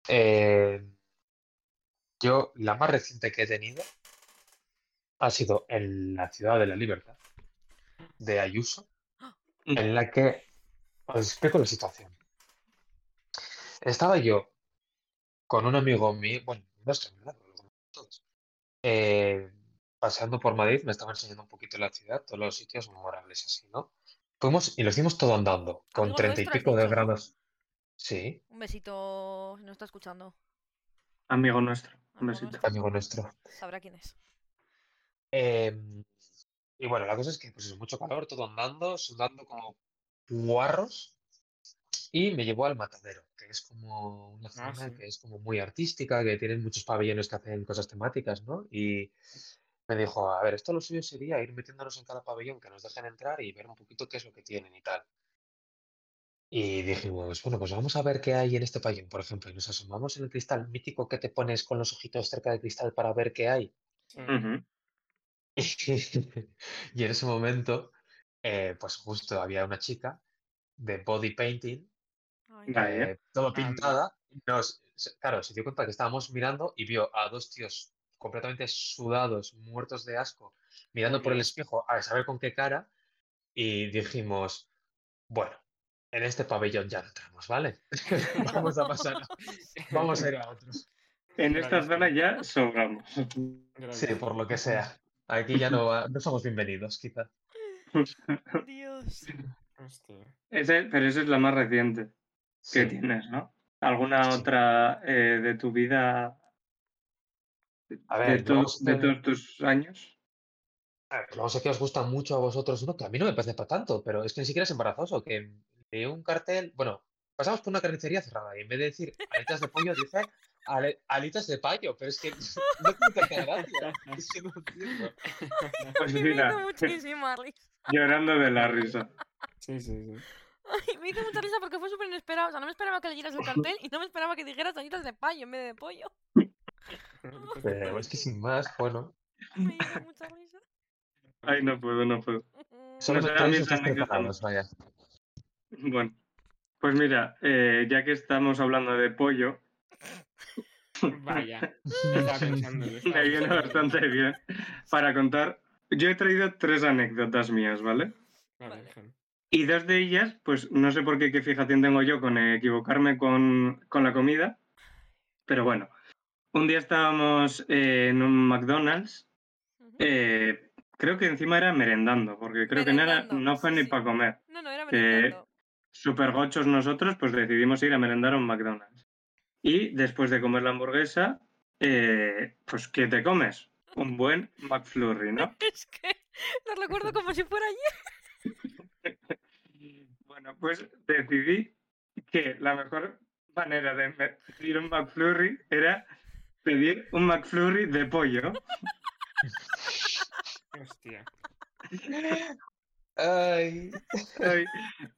Eh, yo, la más reciente que he tenido ha sido en la ciudad de la libertad, de Ayuso, en la que os explico la situación. Estaba yo con un amigo mío, bueno, no es que me lo conozco todos, eh, paseando por Madrid, me estaba enseñando un poquito la ciudad, todos los sitios memorables así, ¿no? Fuimos y lo hicimos todo andando, con
Amigo
treinta y
nuestro, has
pico de
dicho, ¿no?
grados. Sí,
Un besito, si no está escuchando.
Amigo nuestro. Un
Amigo
besito.
nuestro.
amigo nuestro.
Sabrá quién es.
Em, y bueno, la cosa es que pues es mucho calor, todo andando, sudando como guarros. Y me llevó al Matadero, que es como una
Ah,
zona
sí.
que es como muy artística, que tienen muchos pabellones que hacen cosas temáticas, ¿no? Y me dijo, a ver, esto lo suyo sería ir metiéndonos en cada pabellón que nos dejen entrar y ver un poquito qué es lo que tienen y tal. Y dijimos, bueno, pues vamos a ver qué hay en este pabellón, por ejemplo. Y nos asomamos en el cristal mítico que te pones con los ojitos cerca del cristal para ver qué hay.
Sí.
Ujú.
Y en ese momento, eh, pues justo había una chica de body painting,
Ay,
Vale.
eh, todo
Anda.
pintada. Nos, se- claro, se dio cuenta que estábamos mirando y vio a dos tíos completamente sudados, muertos de asco, mirando por el espejo a saber con qué cara. Y dijimos, bueno, en este pabellón ya no entramos, ¿vale? Vamos a pasar, vamos a ir a otro.
En esta zona ya sobramos.
Sí, por lo que sea. Aquí ya no, va- no somos bienvenidos, quizá.
Dios.
Hostia.
Ese- pero esa es la más reciente que
Sí.
tienes, ¿no? ¿Alguna
Sí.
otra eh, de tu vida?
A
De,
ver, yo
to- de
usted-
todos tus años.
A ver, pues vamos a que os gusta mucho a vosotros uno, que a mí no me parece para tanto, pero es que ni siquiera es embarazoso, que de un cartel, bueno, pasamos por una carnicería cerrada y en vez de decir alitas de pollo, dice ale- alitas de payo, pero es que no tiene tanta gracia, es que no entiendo.
Pues
Ay, me
mira,
hizo muchísima risa.
llorando de la risa.
Sí, sí, sí.
Ay, me hizo mucha risa porque fue súper inesperado. O sea, no me esperaba que leyeras el cartel y no me esperaba que dijeras anitas de payo en vez de pollo.
Pues,
Pero es que sin más, bueno,
Me hizo mucha risa.
Ay, no puedo, no puedo.
solo
Pues
No
me
sé,
traéis
mis
estas
anécdotas.
preparadas, vaya.
Bueno, pues mira, eh, ya que estamos hablando de pollo,
Vaya. Estaba pensando, yo estaba
me viene
pensando.
bastante bien para contar. Yo he traído tres anécdotas mías, ¿vale?
La
Vale.
Virgen.
Y dos de ellas, pues no sé por qué, qué fijación tengo yo con eh, equivocarme con, con la comida, pero bueno. Un día estábamos eh, en un McDonald's,
Ujú.
eh, creo que encima era merendando, porque creo que no, era-
Merendando,
no fue
sí,
ni
sí.
para comer.
No, no, era
que-
merendando.
super gochos nosotros, pues decidimos ir a merendar a un McDonald's. Y después de comer la hamburguesa, eh, pues ¿qué te comes? Un buen McFlurry, ¿no?
Es que lo recuerdo como si fuera ayer.
Bueno, pues decidí que la mejor manera de me- pedir un McFlurry era pedir un McFlurry de pollo.
Hostia.
Ay,
Ay,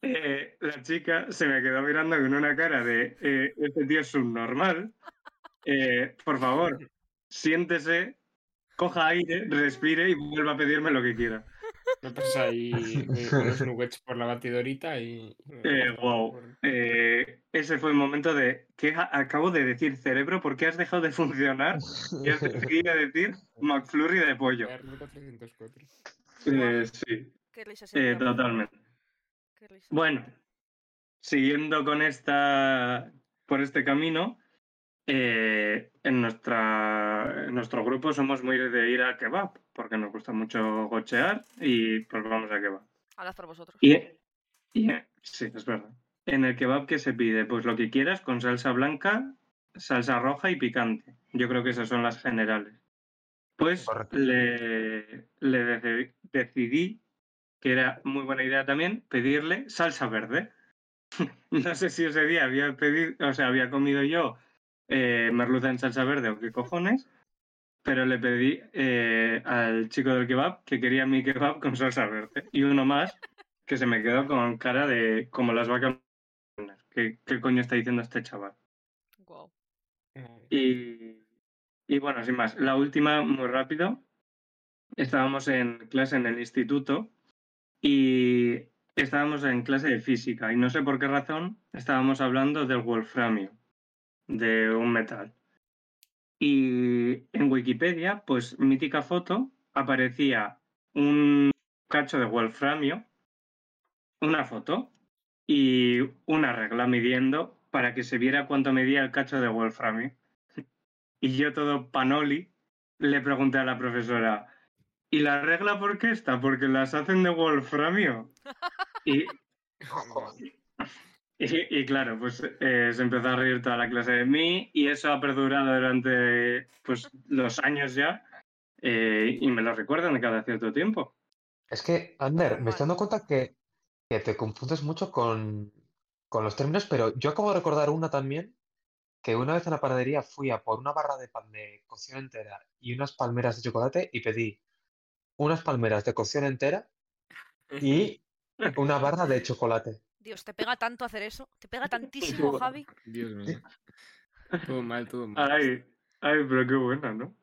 eh, la chica se me quedó mirando con una cara de eh, este tío es subnormal. Eh, por favor, siéntese, coja aire, respire y vuelva a pedirme lo que quiera.
Me pasa ahí eh, unos nuggets por la batidorita y.
Eh, wow. Eh, ese fue el momento de que acabo de decir cerebro, ¿por qué has dejado de funcionar? Y has decidido decir McFlurry de pollo.
Ruta 304.
Eh, sí,
Qué risa se
eh,
me da.
totalmente.
Qué risa.
Bueno, siguiendo con esta por este camino, eh, en, nuestra, en nuestro grupo somos muy de ir al kebab, porque nos gusta mucho gochear y pues vamos al kebab.
Hablad por vosotros.
Y, y- sí, es verdad. En el kebab que se pide, pues lo que quieras con salsa blanca, salsa roja y picante. Yo creo que esas son las generales. Pues
Correcto.
le, le deci- decidí que era muy buena idea también pedirle salsa verde. no sé si ese día había pedido, o sea, había comido yo eh, merluza en salsa verde o qué cojones, pero le pedí eh, al chico del kebab que quería mi kebab con salsa verde y uno más que se me quedó con cara de como las vacas. ¿Qué, qué coño está diciendo este chaval?
Guau.
Y, y bueno, sin más, la última, muy rápido. Estábamos en clase en el instituto y estábamos en clase de física y no sé por qué razón estábamos hablando del wolframio, de un metal. Y en Wikipedia, pues mítica foto, aparecía un cacho de wolframio, una foto y una regla midiendo para que se viera cuánto medía el cacho de wolframio. Y yo todo panoli le pregunté a la profesora, ¿y la regla por qué está? Porque las hacen de wolframio. Y, y, y claro, pues eh, se empezó a reír toda la clase de mí y eso ha perdurado durante pues los años ya eh, y me lo recuerdan de cada cierto tiempo.
Es que, Ander, me estoy dando cuenta que, que te confundes mucho con, con los términos, pero yo acabo de recordar una también, que una vez en la panadería fui a por una barra de pan de cocción entera y unas palmeras de chocolate y pedí unas palmeras de cocción entera y una barra de chocolate.
Dios, te pega tanto hacer eso. Te pega tantísimo, Javi.
Dios mío. Todo mal, todo mal.
Ay, ay, pero qué buena, ¿no?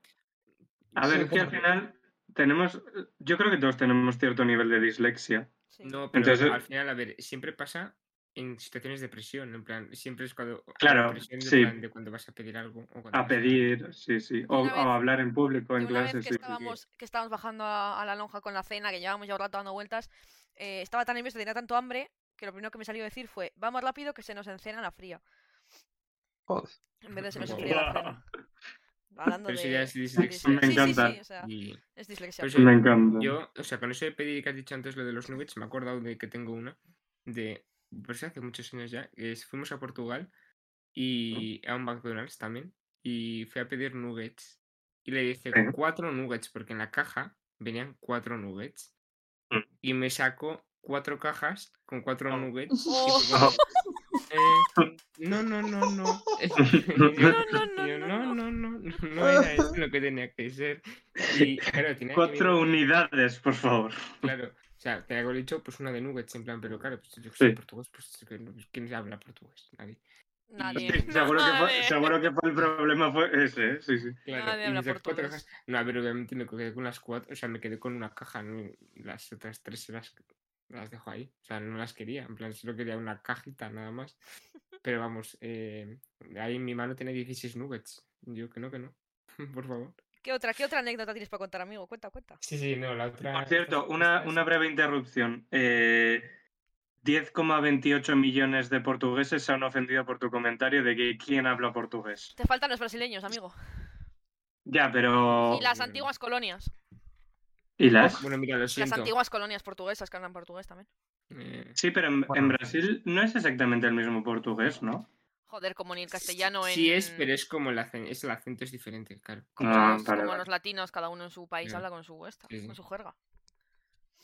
A
Sí,
ver, es que al
bueno.
final tenemos, yo creo que todos tenemos cierto nivel de dislexia.
Sí.
No, pero
Entonces-
al final, a ver, siempre pasa en situaciones de presión, en plan, siempre es cuando... hay
Claro,
presión de
sí.
plan de cuando vas a pedir algo. o cuando vas
A pedir, sí, sí. O,
Una vez-
o hablar en público, en
Yo una
clase,
vez que
sí.
estábamos, que estábamos bajando a, a la lonja con la cena, que llevábamos ya un rato dando vueltas, eh, estaba tan nervioso, tenía tanto hambre, que lo primero que me salió a decir fue, vamos rápido que se nos encena la fría.
Joder.
En vez de se nos
Guau.
enfría la cena. Hablando
Pero
de...
eso ya es
de
dislexia.
dislexia.
Me encanta.
Sí, sí, sí, o sea,
Y...
es dislexia.
Pero eso-
Me encanta.
Yo, o sea, con eso de pedir que has dicho antes lo de los nuggets, me he acordado de que tengo una, de, pues hace muchos años ya, que es- fuimos a Portugal y a un McDonald's también, y fui a pedir nuggets, y le dije
Sí.
cuatro nuggets, porque en la caja venían cuatro nuggets,
Mm.
y me sacó cuatro cajas con cuatro
Oh.
nuggets. y
Oh.
fue como, eh, no, no, no, no. Y yo-
No, no, no,
y yo,
no, no.
no, no, no, no, no era eso lo que tenía que ser. Y claro, tenía eh, que venir-
Cuatro unidades, por favor.
Claro, o sea, te hago dicho, pues una de nuggets, en plan, pero claro, pues yo que soy
Sí.
portugués, pues que no- ¿quién habla portugués? Nadie.
Nadie.
Sí, seguro, que fue,
Nadie.
seguro que fue el problema fue ese, ¿eh? sí, sí.
Claro,
Nadie
y
habla
me sacó cuatro
portugués.
cajas. No, a ver, obviamente me quedé con las cuatro, o sea, me quedé con una caja, no- las otras tres se las, las dejo ahí, o sea, no las quería, en plan, solo quería una cajita nada más. Pero vamos, eh, ahí en mi mano tiene 16 nuggets, yo que no, que no, por favor.
¿Qué otra, ¿Qué otra anécdota tienes para contar, amigo? Cuenta, cuenta.
Sí, sí, no, la otra...
Por cierto,
esta-
una,
esta es-
una breve interrupción. Eh, 10,28 millones de portugueses se han ofendido por tu comentario de que quién habla portugués.
Te faltan los brasileños, amigo.
Ya, pero...
Y las
Mierda.
antiguas colonias.
¿Y las?
Ah, Bueno, mira, lo
Las
siento.
antiguas colonias portuguesas que hablan portugués también.
eh,
Sí, pero en, en
Bueno.
Brasil no es exactamente el mismo portugués, ¿no?
Joder, como ni el castellano en...
Sí es, pero es como el acento, es el acento es diferente, claro.
como
Ah,
los-
vale,
como
vale.
los latinos, cada uno en su país
Ya.
habla con su esta,
Sí, sí.
con su jerga.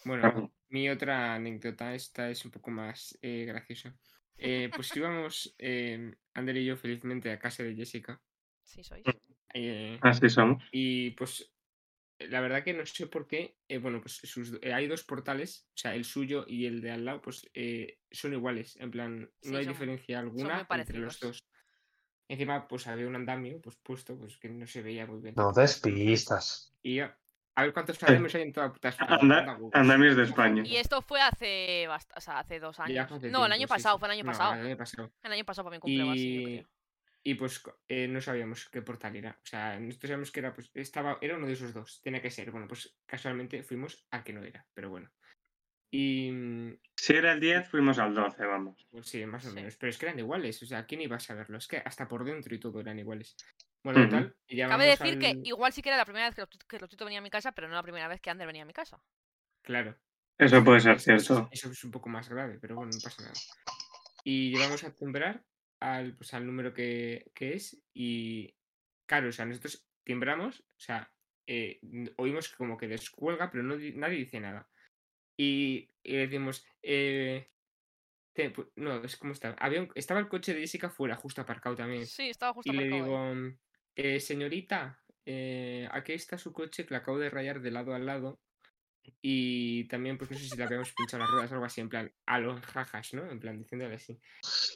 Bueno, mi otra anécdota, esta es un poco más eh, graciosa. Eh, pues íbamos, eh, Ander y yo, felizmente, a casa de Jessica.
Sí, sois.
eh,
Así somos.
y pues, la verdad que no sé por qué. eh, bueno, pues sus, do- eh, hay dos portales, o sea, el suyo y el de al lado, pues eh, son iguales. En plan,
Sí,
no hay
son-
diferencia
muy
alguna entre
parecidos.
los dos. Encima, pues había un andamio pues puesto, pues que no se veía muy bien.
No despistas.
Y ya, a ver cuántos andamios hay en toda puta España.
Anda,
anda, huevos.
andamios de España.
Y esto fue hace bast- o sea, hace dos
Ya
años.
hace
no, el
tiempo,
año
sí,
pasado,
sí.
fue el año
No,
pasado.
el año pasado.
El año pasado para mi cumpleaños, yo creo.
Y pues co- eh, no sabíamos qué portal era. O sea, nosotros sabíamos que era, pues, estaba, era uno de esos dos. Tenía que ser. Bueno, pues casualmente fuimos a que no era, pero bueno. Y mm,
Si era el 10, fuimos al 12, vamos.
pues sí, más o
Sí.
menos. Pero es que eran iguales, o sea, ¿quién iba a saberlo? Es que hasta por dentro y todo eran iguales. Bueno,
Ujú.
tal. y ya
Cabe
vamos
decir que
al-
igual sí que era la primera vez que Rotito- que Rotito venía a mi casa, pero no la primera vez que Ander venía a mi casa.
Claro.
Eso puede ser
Eso es-
cierto.
Eso es un poco más grave, pero bueno, no pasa nada. Y llevamos a timbrar al, pues, al número que, que es y claro, o sea, nosotros timbramos, o sea, eh, n- oímos como que descuelga, pero no, di- nadie dice nada. Y, y decimos, eh, te- pu- no, es como estaba. Había un- estaba el coche de Jessica fuera, justo aparcado también.
Sí, estaba justo
Y le
aparcado ahí.
digo, "Eh, señorita, eh, aquí está su coche que le acabo de rayar de lado al lado. Y también, pues no sé si le habíamos pinchado las ruedas o algo así, en plan, a los jajas, ¿no? En plan, diciéndole así.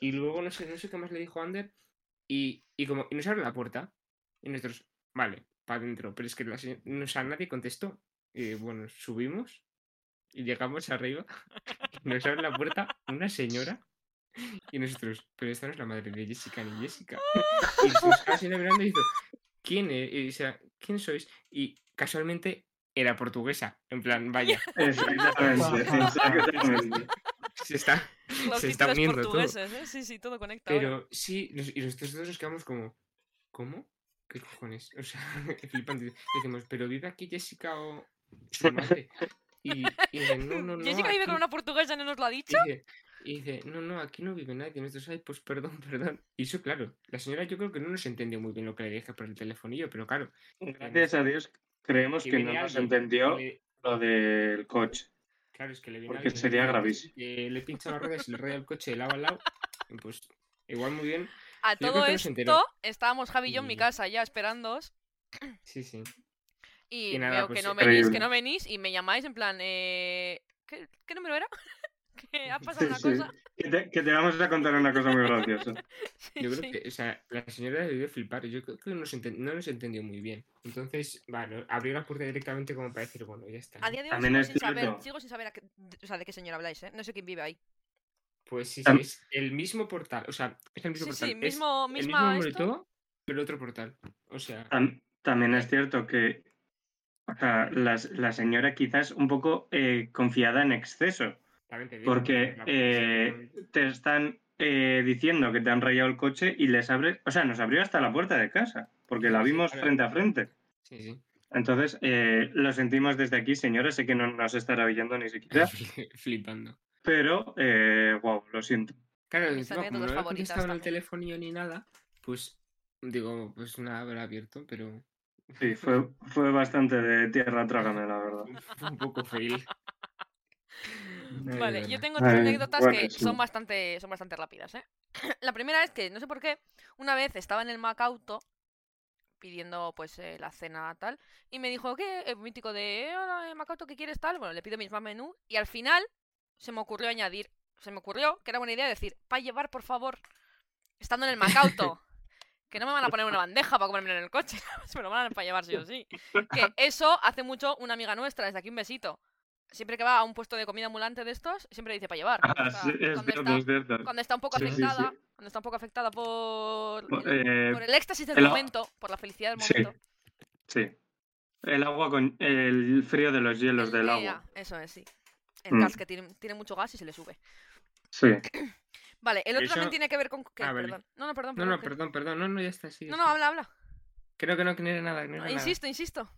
Y luego no sé, no sé qué más le dijo Ander. Y, y como, y nos abre la puerta. Y nosotros, vale, para adentro. Pero es que la se- no, o sea, nadie contestó. Y bueno, subimos y llegamos arriba. Y nos abre la puerta una señora. Y nosotros, pero esta no es la madre de Jessica ni Jessica. Y se nos queda señora mirando y dice, ¿quién es? Y, o sea, ¿quién sois? Y casualmente era portuguesa. En plan, vaya,
Exactamente, exactamente.
se está.
Los
se está
títulos
uniendo todo.
portugueses, ¿eh? Sí, sí, todo conecta ahora.
Pero sí, nos- y nosotros dos nos quedamos como, ¿cómo? ¿Qué cojones? O sea, flipante. Y Decimos, ¿pero vive aquí Jessica o su madre? Y, y dice, no, no, no.
Jessica vive con
aquí-
una portuguesa, ¿no nos lo ha dicho?
Dice- y dice, no, no, aquí no vive nadie. Nosotros, ay, pues perdón, perdón. Y eso, claro, la señora yo creo que no nos entendió muy bien lo que le dije por el telefonillo, pero claro.
Gracias a Dios creemos
si
que no
viene
nos
alguien que
entendió
le-
lo del coche.
Claro, es que le viene
Porque
alguien que
sería
dice,
gravísimo.
Que le pincha las ruedas y le raya el coche de lado a lado. y Pues igual muy bien.
A
creo
todo
que no se enteró.
esto, estábamos Javi y yo en mi
Y-
casa ya esperándoos
Sí, sí.
y,
Y nada,
veo
pues,
que no
increíble.
venís, que no venís y me llamáis en plan, eh... ¿Qué, qué número era? ¿Que ha pasado
Sí,
una
sí.
cosa?
Que te, que te vamos a contar una cosa muy graciosa.
Sí,
Yo creo
sí.
que, o sea, la señora debió flipar. Yo creo que nos enten- no nos entendió muy bien. Entonces, bueno, abrió la puerta directamente como para decir, bueno, ya está.
A
¿no?
día de hoy
También
sigo
es
sin, saber,
cierto.
sigo sin saber a qué- de- o sea, de qué señor habláis, ¿eh? No sé quién vive ahí.
Pues sí, sí,
Tam-
es el mismo portal. O sea, es el mismo
Sí,
portal.
sí,
es
mismo,
el mismo
misma
número y
esto.
todo, pero otro portal. O sea,
Tam- también es cierto que o sea, las- la, señora quizás un poco eh, confiada en exceso.
también te digo,
Porque
la-
eh, te están eh, diciendo que te han rayado el coche y les abre, o sea, nos abrió hasta la puerta de casa, porque la
Sí,
vimos
claro.
frente a frente.
Sí, sí.
Entonces, eh, lo sentimos desde aquí, señora, sé que no nos estará oyendo ni siquiera,
Flipando.
pero, eh, wow, lo siento.
Claro,
Mis
encima, como no
anécdotas
le
favoritas
contestaban al
también.
telefonillo ni nada, pues digo, pues nada, habrá abierto, pero
Sí, fue, fue bastante de tierra trágame, la verdad.
fue un poco fail. Ay,
Vale,
de
yo
verdad.
tengo tres
Ay,
anécdotas
bueno,
que
sí.
son bastante, son bastante rápidas, ¿eh? La primera es que, no sé por qué, una vez estaba en el Macauto pidiendo pues eh, la cena tal y me dijo que el mítico de "Eh, hola eh, Macauto ¿qué quieres tal bueno le pido mis más menú y al final se me ocurrió añadir se me ocurrió que era buena idea decir para llevar por favor estando en el Macauto que no me van a poner una bandeja para comerme en el coche se me lo van a para llevar sí o sí que eso hace mucho una amiga nuestra desde aquí un besito siempre que va a un puesto de comida ambulante de estos siempre dice para llevar
Ah,
O sea,
sí, es
cuando
cierto,
está
es cierto.
cuando está un poco
Sí, sí, sí.
afectada, cuando está un poco afectada por el,
Eh,
por el éxtasis del
el a-
momento, por la felicidad del
sí,
momento.
sí. El agua con el frío de los hielos
el
del
EA,
agua.
Eso es, sí. El
Mm.
gas que tiene, tiene mucho gas y se le sube.
Sí.
Vale, el otro
Eso-
también tiene que ver con... que-
Ah, vale.
perdón. No, no, perdón.
No,
perdón,
no,
que-
perdón, perdón, no, no, ya está, sí. ya
No, no,
está.
habla, habla.
Creo que no, que no era nada, que no era nada.
insisto, insisto.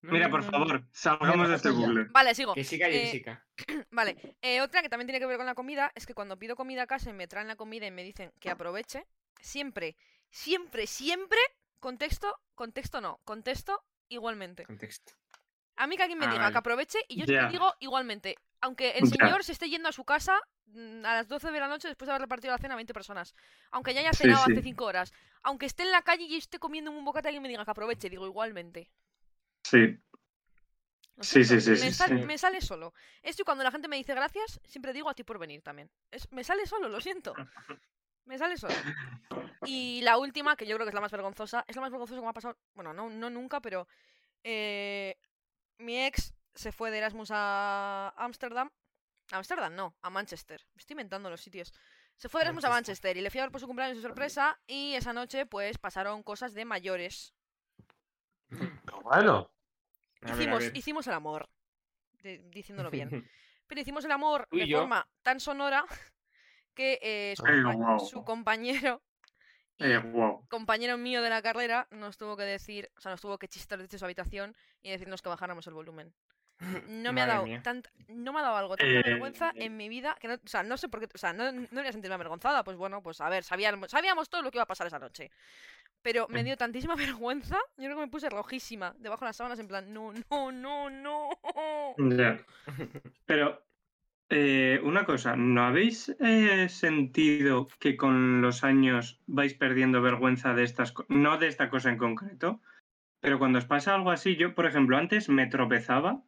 No,
Mira,
no,
por
Mm.
no, no.
favor, salgamos de este
Venga,
bucle.
Vale, sigo.
Que siga
Eh,
Jessica.
Vale, eh, otra que también tiene que ver con la comida es que cuando pido comida a casa y me traen la comida y me dicen
Ah.
que aproveche, siempre, siempre, siempre, contexto, contexto no, contexto igualmente.
Contexto.
A mí que alguien me
Ah,
diga
vale.
que aproveche y yo
Ya.
te digo igualmente. Aunque el
Ya.
señor se esté yendo a su casa mm, a las 12 de la noche después de haber repartido la cena a 20 personas. Aunque ya haya
Sí,
cenado hace
sí.
5 horas. Aunque esté en la calle y esté comiendo un bocata y alguien me diga que aproveche, digo igualmente.
Sí,
Lo
Sí,
siento,
sí, sí,
me,
sí,
sal-
sí.
me sale solo. Esto y cuando la gente me dice gracias, siempre digo a ti por venir también. Es- me sale solo, lo siento. Me sale solo. Y la última, que yo creo que es la más vergonzosa, es la más vergonzosa que me ha pasado. Bueno, no, no nunca, pero. eh, mi ex se fue de Erasmus a Ámsterdam. A Ámsterdam, no, a Manchester. Me estoy inventando los sitios. Se fue de Erasmus a
Manchester.
Manchester y le fui a ver por su cumpleaños de sorpresa. Y esa noche, pues, pasaron cosas de mayores.
Bueno,
A ver, a
hicimos,
ver.
hicimos el amor. de- diciéndolo bien. Pero hicimos el amor
Tú y
de
yo.
forma tan sonora que eh, su,
Eh,
compa-
guau.
su compañero, y
Eh, wow.
compañero mío de la carrera, nos tuvo que decir, o sea, nos tuvo que chistar desde su habitación y decirnos que bajáramos el volumen. No me ha
Madre
dado
mía.
tanta- no me ha dado algo tanta
Eh,
vergüenza en mi vida que no, o sea, no sé por qué, o sea, no, no debería sentirme avergonzada, pues bueno, pues a ver, sabíamos, sabíamos todo lo que iba a pasar esa noche. Pero me
Mm.
dio tantísima vergüenza, yo creo que me puse rojísima debajo de las sábanas en plan, no, no, no, no.
Ya. Pero eh, una cosa, ¿no habéis eh, sentido que con los años vais perdiendo vergüenza de estas cosas? No de esta cosa en concreto, pero cuando os pasa algo así, yo, por ejemplo, antes me tropezaba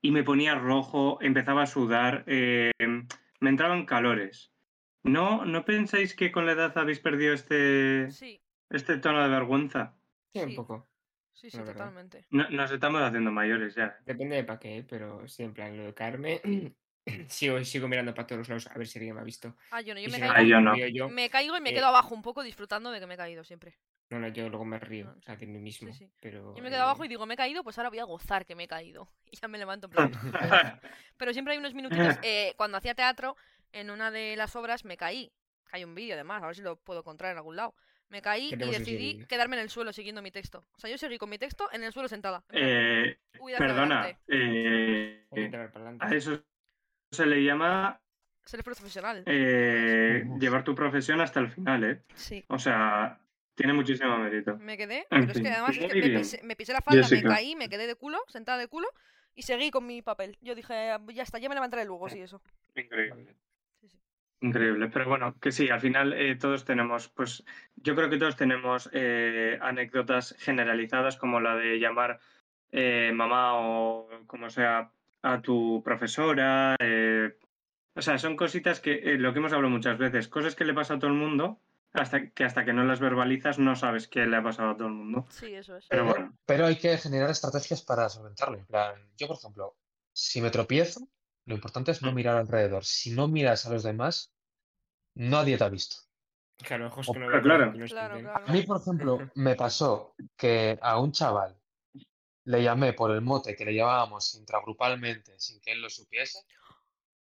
y me ponía rojo, empezaba a sudar, eh, me entraban calores. ¿No, ¿No pensáis que con la edad habéis perdido este,
Sí,
este tono de vergüenza?
Sí, pues, un
Sí.
poco.
sí, sí,
La verdad.
totalmente.
No- nos estamos haciendo mayores ya.
Depende de para qué, pero sí, en plan, lo de Carmen. sigo, sigo mirando para todos los lados a ver si alguien me ha visto.
Ah, yo no, yo
Y
me
si
caigo.
Ay, yo no.
veo yo,
Me caigo y me
Eh,
quedo abajo un poco disfrutando de que me he caído siempre.
no, no, yo luego me río,
No,
o sea, de mí mismo.
Ah, sí.
Pero,
Yo me quedo abajo y
eh,
digo, me he caído, pues ahora voy a gozar que me he caído. Y ya me levanto en plan. Pero siempre hay unos minutitos. eh, cuando hacía teatro, en una de las obras me caí. Hay un vídeo además, a ver si lo puedo encontrar en algún lado. Me caí y
Tenemos ese
decidí
vídeo.
quedarme en el suelo siguiendo mi texto. O sea, yo seguí con mi texto en el suelo sentada.
Eh,
Uy, hacia
Perdona,
adelante.
eh,
hay que entrar para adelante.
a eso se le llama
Ser profesional.
eh,
Vamos.
llevar tu profesión hasta el final, ¿eh?
Sí.
O sea, tiene muchísimo mérito.
Me quedé, pero es que
fin,
además es que
muy
me
bien.
pisé, me pisé la falda,
Jessica.
me caí, me quedé de culo, sentada de culo, y seguí con mi papel. Yo dije, "Ah, ya está, ya me levantaré luego,
Eh.
sí, eso.
Increíble.
Sí, sí.
Increíble, pero bueno, que sí, al final eh, todos tenemos, pues yo creo que todos tenemos eh, anécdotas generalizadas como la de llamar eh, mamá o como sea a tu profesora. eh, o sea, son cositas que eh, lo que hemos hablado muchas veces, cosas que le pasa a todo el mundo, hasta que hasta que no las verbalizas no sabes qué le ha pasado a todo el mundo.
Sí, eso es.
Pero bueno,
Pero hay que generar estrategias para solventarlo. En plan, yo, por ejemplo, si me tropiezo, lo importante es no
Mm.
mirar alrededor. Si no miras a los demás, nadie te ha visto.
Claro, ojos que no
Claro,
ven,
claro.
que no
Claro,
escuchen.
claro.
A mí, por ejemplo, me pasó que a un chaval le llamé por el mote que le llamábamos intragrupalmente sin que él lo supiese.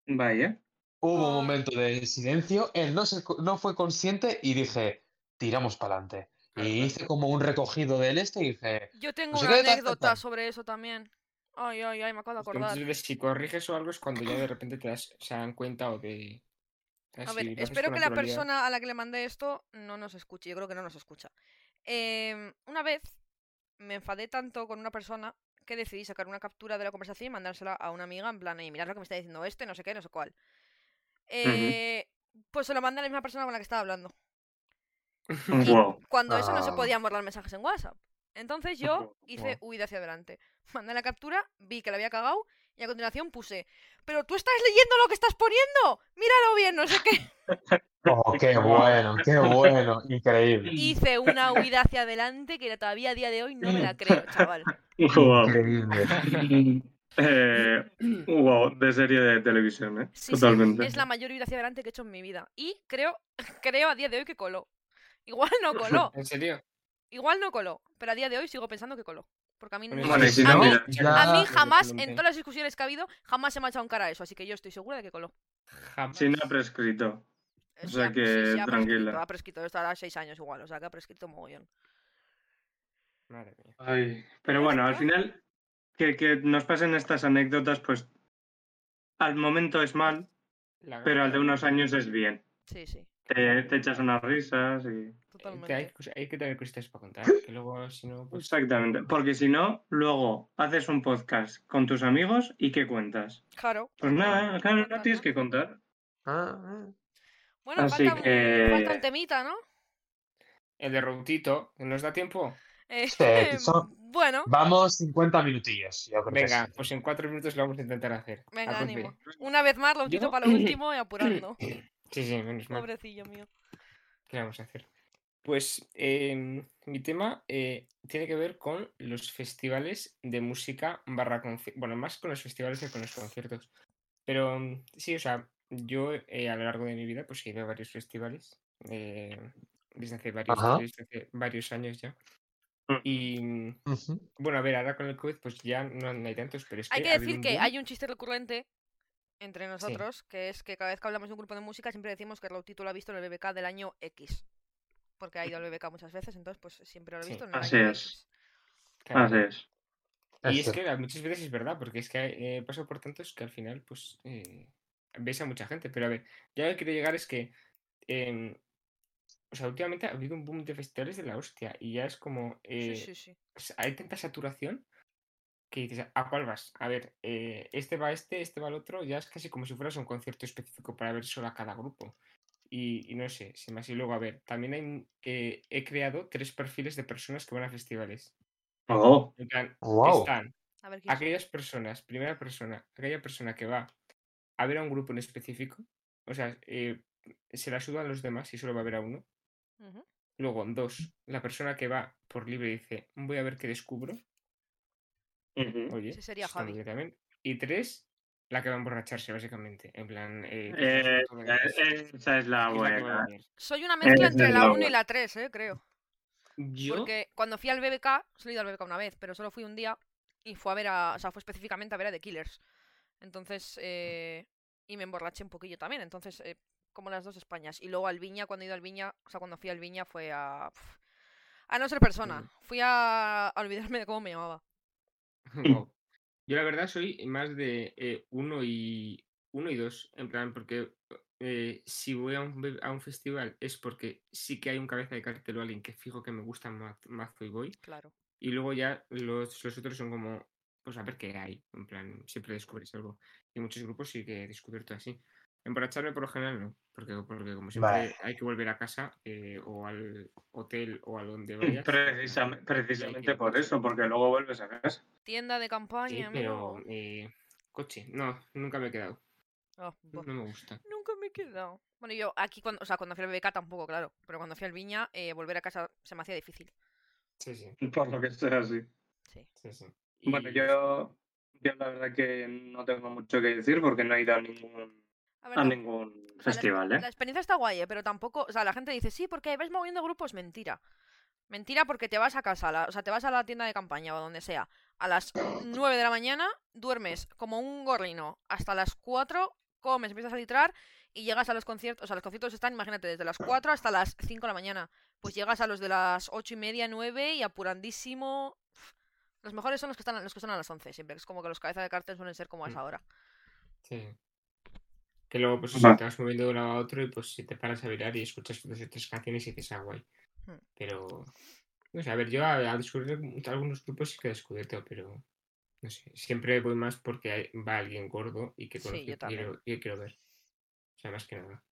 vaya.
Hubo un
Ah.
momento de silencio, él no, se co- no fue consciente y dije, tiramos para adelante.
Claro,
Y
claro.
hice como un recogido del este y dije,
Yo tengo
Pues
una
hay que dar
anécdota
cuenta.
sobre eso también. Ay, ay, ay, me acabo de
Es que muchas
acordar.
veces si corriges o algo es cuando ya de repente te das, se dan cuenta o de...
A ver, espero que la persona a la que le mandé esto no nos escuche. Yo creo que no nos escucha. Em, una vez me enfadé tanto con una persona que decidí sacar una captura de la conversación y mandársela a una amiga en plan, y mirad lo que me está diciendo este, no sé qué, no sé cuál. Eh, Pues se lo mandé a la misma persona con la que estaba hablando. Y
Wow.
cuando eso no se
Ah.
podían borrar mensajes en WhatsApp. Entonces yo
Ujú,
hice
guau.
huida hacia adelante. Mandé la captura, vi que la había cagado y a continuación puse, pero tú estás leyendo lo que estás poniendo, míralo bien, no sé qué.
oh, qué bueno, qué bueno, increíble,
Hice una huida hacia adelante que todavía a día de hoy no me la creo, chaval.
Wow.
increíble.
Eh, wow, de serie de televisión, ¿eh?
Sí, sí,
Totalmente.
Es la mayor huida hacia adelante que he hecho en mi vida. Y creo, creo a día de hoy que coló. Igual no coló,
¿En serio?
igual no coló, pero a día de hoy sigo pensando que coló. Porque a mí,
Bueno,
no-
Bueno, y
sí,
si
sí,
no,
sí,
mira,
sí, sí,
ya-
a
sí,
mí
sí,
jamás,
sí, sí,
en todas las discusiones que ha habido, jamás se me ha echado en cara eso. Así que yo estoy segura de que coló.
jamás.
Si no ha prescrito.
Eh,
O
sí,
sea
ha- sí,
que
sí, ha
tranquila.
prescrito, ha prescrito, estará seis años igual, o sea que ha prescrito mogollón.
Madre mía.
Ay, pero bueno, al final, que, que nos pasen estas anécdotas, pues al momento es mal,
La
pero al de
gracia.
unos años es bien.
Sí, sí,
Te, te echas unas risas y...
Eh, Hay,
totalmente.
cos- hay que tener cositas para contar, que luego si no, pues...
Exactamente. Porque si no, luego haces un podcast con tus amigos y ¿qué cuentas?
Claro.
Pues nada, claro, no
Cuentas,
tienes
¿no?
que contar.
Ah, ah.
Bueno,
Así
falta, un-
que-
falta un temita, ¿no?
El de Routito, ¿nos da tiempo?
Eh,
Sí, son-
bueno,
Vamos 50 minutillos, yo creo que
Venga,
sí.
pues en cuatro minutos lo vamos a intentar hacer.
venga,
A tope.
ánimo. Una vez más, lo quito
Yo-
para lo último y apurando.
Sí, sí, menos mal.
Pobrecillo mío.
¿Qué vamos a hacer? Pues em, mi tema eh, tiene que ver con los festivales de música barra conci- Bueno, más con los festivales que con los conciertos. Pero mm, sí, o sea, yo eh, a lo largo de mi vida pues he ido a varios festivales eh, desde hace varios,
Ajá.
desde hace varios años ya.
Mm.
Y mm,
Ujú.
bueno, a ver, ahora con el COVID pues ya no, no hay tantos, pero es que...
Hay que
ha habido
decir
un
que
boom.
hay un chiste recurrente entre nosotros, que es que cada vez que hablamos de un grupo de música siempre decimos que Rautito lo ha visto en el BBK del año X. Porque ha ido al BBK muchas veces, entonces pues siempre lo ha
Sí.
visto en el
Así
año
es.
X. Ah,
Claro.
Así es.
Y
Eso.
es que a- muchas veces es verdad, porque es que eh, he pasado por tantos que al final, pues, eh, ves a mucha gente. Pero a ver, ya lo que quiero llegar es que, em, o sea, últimamente ha habido un boom de festivales de la hostia y ya es como, eh,
Sí, sí, sí.
o sea, hay tanta saturación que dices, ¿a cuál vas? A ver, eh, este va a este, este va al otro, ya es casi como si fueras a un concierto específico para ver solo a cada grupo. Y, y no sé, se me ha sido luego, a ver, también hay un- eh, he creado tres perfiles de personas que van a festivales.
Oh,
En plan,
Wow.
están
A ver quién es.
aquellas personas, primera persona, aquella persona que va a ver a un grupo en específico, o sea, eh, se la suda a los demás y solo va a ver a uno.
Ujú.
Luego, en dos, la persona que va por libre dice, voy a ver qué descubro.
ujú.
Oye,
Ese sería
eso está muy
Javi.
bien también. Y tres, la que va a emborracharse, básicamente. En plan, eh, que está
Eh,
todo de más, que
eh, esa es la
es la que va a
buena.
venir.
Soy una mezcla
Ese
entre
es
la
la
1 y
buena.
la 3, eh, creo.
Yo,
Porque cuando fui al BBK, solo he ido al BBK una vez, pero solo fui un día y fue a ver a. O sea, fue específicamente a ver a The Killers. Entonces, eh, y me emborraché un poquillo también. Entonces, eh, como las dos Españas. Y luego al Viña, cuando he ido al Viña, o sea, cuando fui al Viña fue a. pf, A no ser persona. Fui a, a olvidarme de cómo me llamaba.
Guau. Yo la verdad soy más de eh, uno y uno y dos, en plan, porque eh, si voy a un, be- a un festival es porque sí que hay un cabeza de cartel o alguien que fijo que me gusta ma- mazo y voy,
Claro.
y luego ya los, los otros son como, pues a ver qué hay, en plan, siempre descubres algo. Y muchos grupos sí que he descubierto así. Emborracharme por lo general no, porque, porque como siempre
Vale.
hay que volver a casa eh, o al hotel o a donde vayas.
Precisam- precisamente por eso, porque luego vuelves a casa.
Tienda de campaña,
Sí,
amigo.
pero eh, coche, no, nunca me he quedado.
Ah, buah.
No me gusta.
Nunca me he quedado. Bueno, yo aquí, cuando, o sea, cuando fui al BBK tampoco, claro. Pero cuando fui al Viña, eh, volver a casa se me hacía difícil.
Sí, sí,
Por lo que sea así.
Sí.
sí, sí.
Bueno, yo, yo la verdad que no tengo mucho que decir porque no he ido a ningún,
A ver,
a
no.
Ah, ningún
O sea, la-
festival,
la,
¿eh?
experiencia está guay, ¿eh? pero tampoco. O sea, la gente dice, sí, porque vais moviendo grupos. Mentira. Mentira porque te vas a casa, a la- o sea, te vas a la tienda de campaña o a donde sea. A las 9 de la mañana duermes como un gorrino. Hasta las 4 comes, empiezas a litrar y llegas a los conciertos. O sea, los conciertos están, imagínate, desde las 4 hasta las 5 de la mañana. Pues llegas a los de las 8 y media, 9 y apurandísimo. Uf. Los mejores son los que están los que son a las 11 siempre. que Es como que los cabezas de cartel suelen ser como a esa
Mm.
hora.
Sí. Que luego, pues,
Va.
eso, te vas moviendo de un lado a otro y, pues, si te paras a bailar y escuchas dos o tres canciones y dices, ah, guay.
Hmm.
Pero, no sé, a ver, yo a, a descubrir mu- algunos grupos sí que he descubierto, pero, no sé, siempre voy más porque hay- va alguien gordo y que
Sí,
conozco
yo
y quiero, y quiero ver. O sea, más que nada,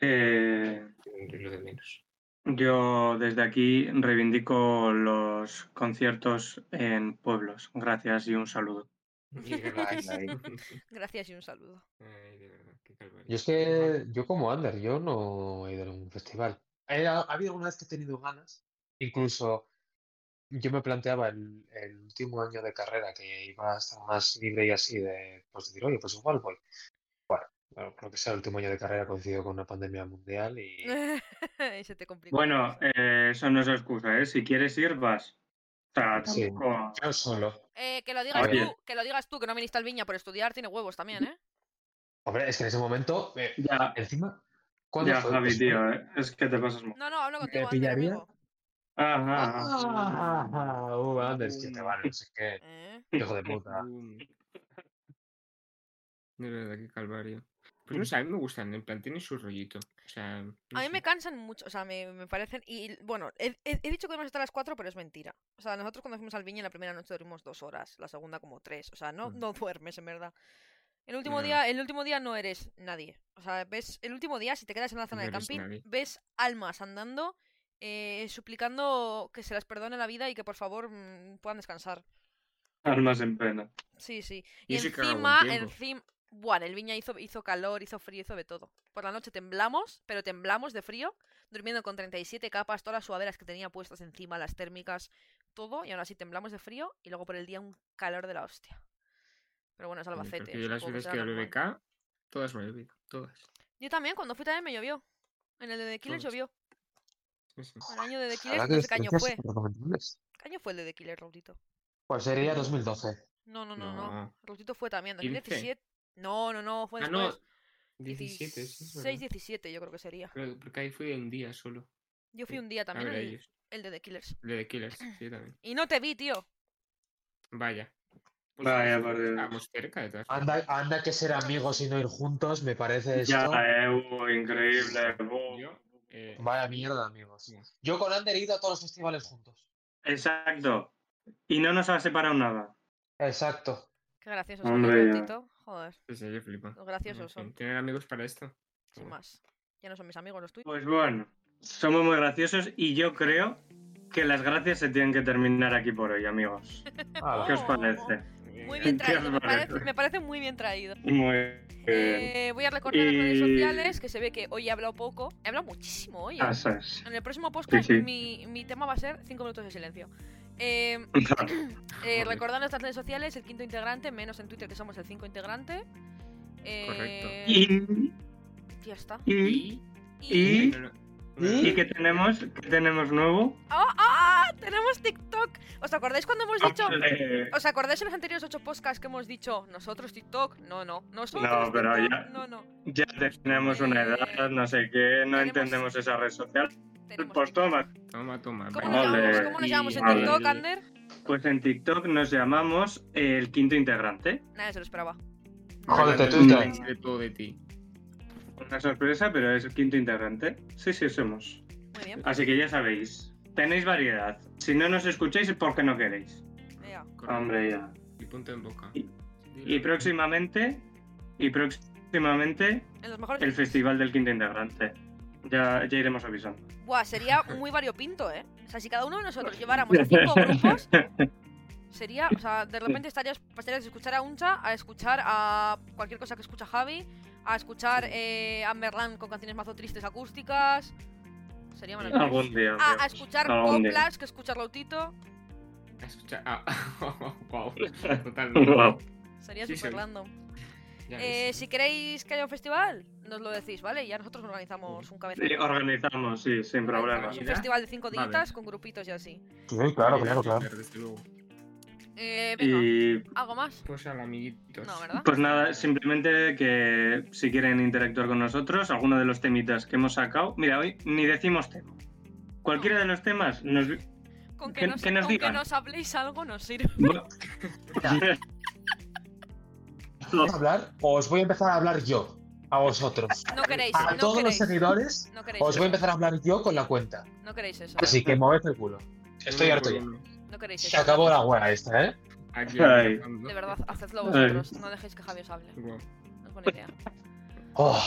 Eh,
lo de menos.
yo desde aquí reivindico los conciertos en pueblos. Gracias y un saludo.
Y de verdad.
Ay, ay.
Gracias y un saludo.
Ay, de verdad, qué calvario.
Yo es que, yo como Ander, yo no he ido a ningún festival. He- Ha, habido alguna vez que he tenido ganas, incluso yo me planteaba el, el último año de carrera que iba a estar más libre y así, de pues decir, oye, pues igual voy. Bueno, creo que sea el último año de carrera coincidió con una pandemia mundial y
y se te complicó.
Bueno, eh, eso no es excusa, ¿eh? Si quieres ir, vas. O sea,
Sí.
tampoco-
yo solo.
Eh, que lo digas
Oye.
tú, que lo digas tú, que no viniste al Viña por estudiar, tiene huevos también, ¿eh?
Hombre, es que en ese momento, eh,
Ya,
encima, ¿cuándo
ya
fue?
Javi,
Pues-
tío, ¿eh? es que te pasas mucho.
No, no, hablo
¿Me
contigo, Ander,
pillaría?
amigo.
Ajá.
Ah, ah, uh, Ander, es que te vales, es que,
¿Eh?
hijo de puta.
Mm. De verdad, qué calvario. Pues no sé, a mí me gustan, en plan, tienen su rollito. O sea, no
Mm. A mí
sé.
me cansan mucho, o sea, me, me parecen... Y bueno, he, he- he dicho que íbamos hasta las 4, pero es mentira. O sea, nosotros cuando fuimos al Viña la primera noche dormimos dos horas, la segunda como tres. O sea, no,
Mm.
no duermes, en verdad. El último,
No.
día, el último día no eres nadie. O sea, ves, el último día, si te quedas en la zona
No
de
eres
camping,
nadie.
ves almas andando, eh, suplicando que se las perdone la vida y que por favor mm, puedan descansar.
Almas en pena.
Sí, sí. Y
Yo sí que hago buen
encima,
tiempo.
encima. Bueno, el viña hizo, hizo calor, hizo frío, hizo de todo. Por la noche temblamos, pero temblamos de frío, durmiendo con 37 capas, todas las sudaderas que tenía puestas encima, las térmicas, todo, y aún así temblamos de frío, y luego por el día un calor de la hostia. Pero bueno, es
Bueno,
Albacete.
eh, Porque yo las
supongo que
veces
será
que al
normal.
BBK, todas me he bebido, todas.
Yo también, cuando fui también me llovió. En el de The Killers
Todos.
llovió.
Sí, sí.
En el año
ah,
de The
Ojalá
Killers,
que
no sé qué año
experiencias
fue.
recomendables.
¿Qué año fue el de The Killer, Rautito?
Pues sería 2012.
No, Pues no, no, no.
No.
Rautito fue también,
15.
2017. No, no, no, fue
Ah, no,
después.
17, sí, es verdad.
16, 17 yo creo que sería.
Creo- Porque ahí fui un día solo.
Yo fui
Sí.
un día
A
también
ver a
el,
ellos.
el de The Killers.
Lo de Killers, sí, también.
Y no te vi, tío.
Vaya. Pues
Vaya, por Dios. Ah,
Estamos cerca de todas formas.
Anda, anda que ser amigos y no ir juntos, me parece esto.
Ya, eh, uh, increíble. uh.
Yo, eh,
Vaya mierda, amigos.
Ya.
Yo con Ander he ido a todos los festivales juntos.
Exacto. Y no nos ha separado nada.
Exacto.
Qué graciosos son los
Hombre, ya.
gatitos. Joder,
sí, sí, yo pues, flipo.
los graciosos
En fin,
son,
Tener amigos para esto.
sin más. Ya no son mis amigos los tuyos.
Pues bueno, somos muy graciosos y yo creo que las gracias se tienen que terminar aquí por hoy, amigos.
Ah,
¿Qué os
Oh.
parece?
Muy bien
¿Qué os
traído, me
parece?
parece, me parece muy bien traído.
Muy bien.
Eh, voy a recordar las redes
Y-
sociales, que se ve que hoy he hablado poco. He hablado muchísimo hoy. ¿eh?
Eso es.
En el próximo podcast
Ah, sí.
Mi, mi tema va a ser 5 minutos de silencio. Eh, eh,
Joder.
recordad nuestras redes sociales, el quinto integrante, menos en Twitter que somos el 5 integrante. Eh,
Y,
Ya está.
y,
Y.
Y... ¿eh?
y-
Bueno,
¿Y?
y qué tenemos, qué tenemos nuevo.
¡Ah, ah, ah! tenemos TikTok! ¿Os acordáis cuando hemos dicho...
Hombre,
¿Os acordáis en los anteriores 8 podcasts que hemos dicho nosotros TikTok? No, no. Nosotros
No, pero
TikTok,
ya-
No, no.
Ya tenemos una edad, no sé qué, no
Tenemos-
entendemos esa red social.
Tenemos
Pues
TikTok.
toma,
Toma, toma.
¿Cómo
vaya.
nos
Vale.
llamamos, ¿Cómo nos
Y-
llamamos en
Vale.
TikTok, Ander?
pues en TikTok nos llamamos eh, el quinto integrante.
Nadie se lo esperaba.
Jódete,
Hablando
Twitter.
en secreto de ti.
Una sorpresa, pero es el quinto integrante. Sí, sí, somos.
Muy bien.
Así que ya sabéis, tenéis variedad. Si no nos escucháis es porque no queréis.
venga.
Correcto.
Hombre, ya.
Y punto en boca.
Y-
Dilo.
Y próximamente, y próximamente,
En los mejores...
el Festival del Quinto Integrante. Ya, ya iremos avisando.
Buah, sería muy variopinto, ¿eh? O sea, si cada uno de nosotros lleváramos a cinco grupos, sería, o sea, de repente estarías, pasarías de escuchar a Uncha a escuchar a cualquier cosa que escucha Javi, a escuchar eh, a Merlán con canciones mazo tristes acústicas. Sería maravilloso.
Algún día.
A, a
Dios.
escuchar
Algún día.
coplas que escucha Lautito.
A escuchar- ah, wow.
Wow.
Totalmente.
Sería
Sí,
super
sí.
random.
Ya
Eh,
ves.
si queréis que haya un festival, nos lo decís, ¿vale? Ya nosotros organizamos un cabezón.
Sí, organizamos, sí, sin problema.
Organizamos un festival de cinco
Va a
días
haber.
con grupitos y así.
Sí,
Desde luego.
Eh, venga,
Y
¿algo más?
Pues al amiguitos.
No, ¿verdad?
pues nada, simplemente que si quieren interactuar con nosotros, alguno de los temitas que hemos sacado. Mira, hoy ni decimos tema. Cualquiera de los temas nos.
Con que,
Que-
nos,
que nos
con que
digan.
nos habléis algo nos sirve.
hablar? Os voy a empezar a hablar yo, a vosotros.
No queréis,
A
no
todos los
queréis.
seguidores,
No queréis
os
eso.
voy a empezar a hablar yo con la cuenta.
No queréis eso.
Así que moved el culo. Estoy
Uno
harto
por
ya.
uno.
No queréis
Se
eso.
acabó la buena esta, ¿eh?
Aquí
Ay.
empezando.
De verdad, hacedlo
Ay.
vosotros. No dejéis que Javi os hable.
Wow,
No es buena idea.
Oh,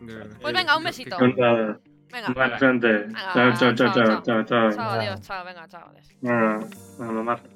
de verdad.
Pues venga, un besito.
Con nada.
Venga.
Vale, gente.
Ah,
Chao, chao,
chao,
chao, chao, chao.
Chao,
Nada.
adiós, chao, venga, chao, adiós.
Bueno, a mamar.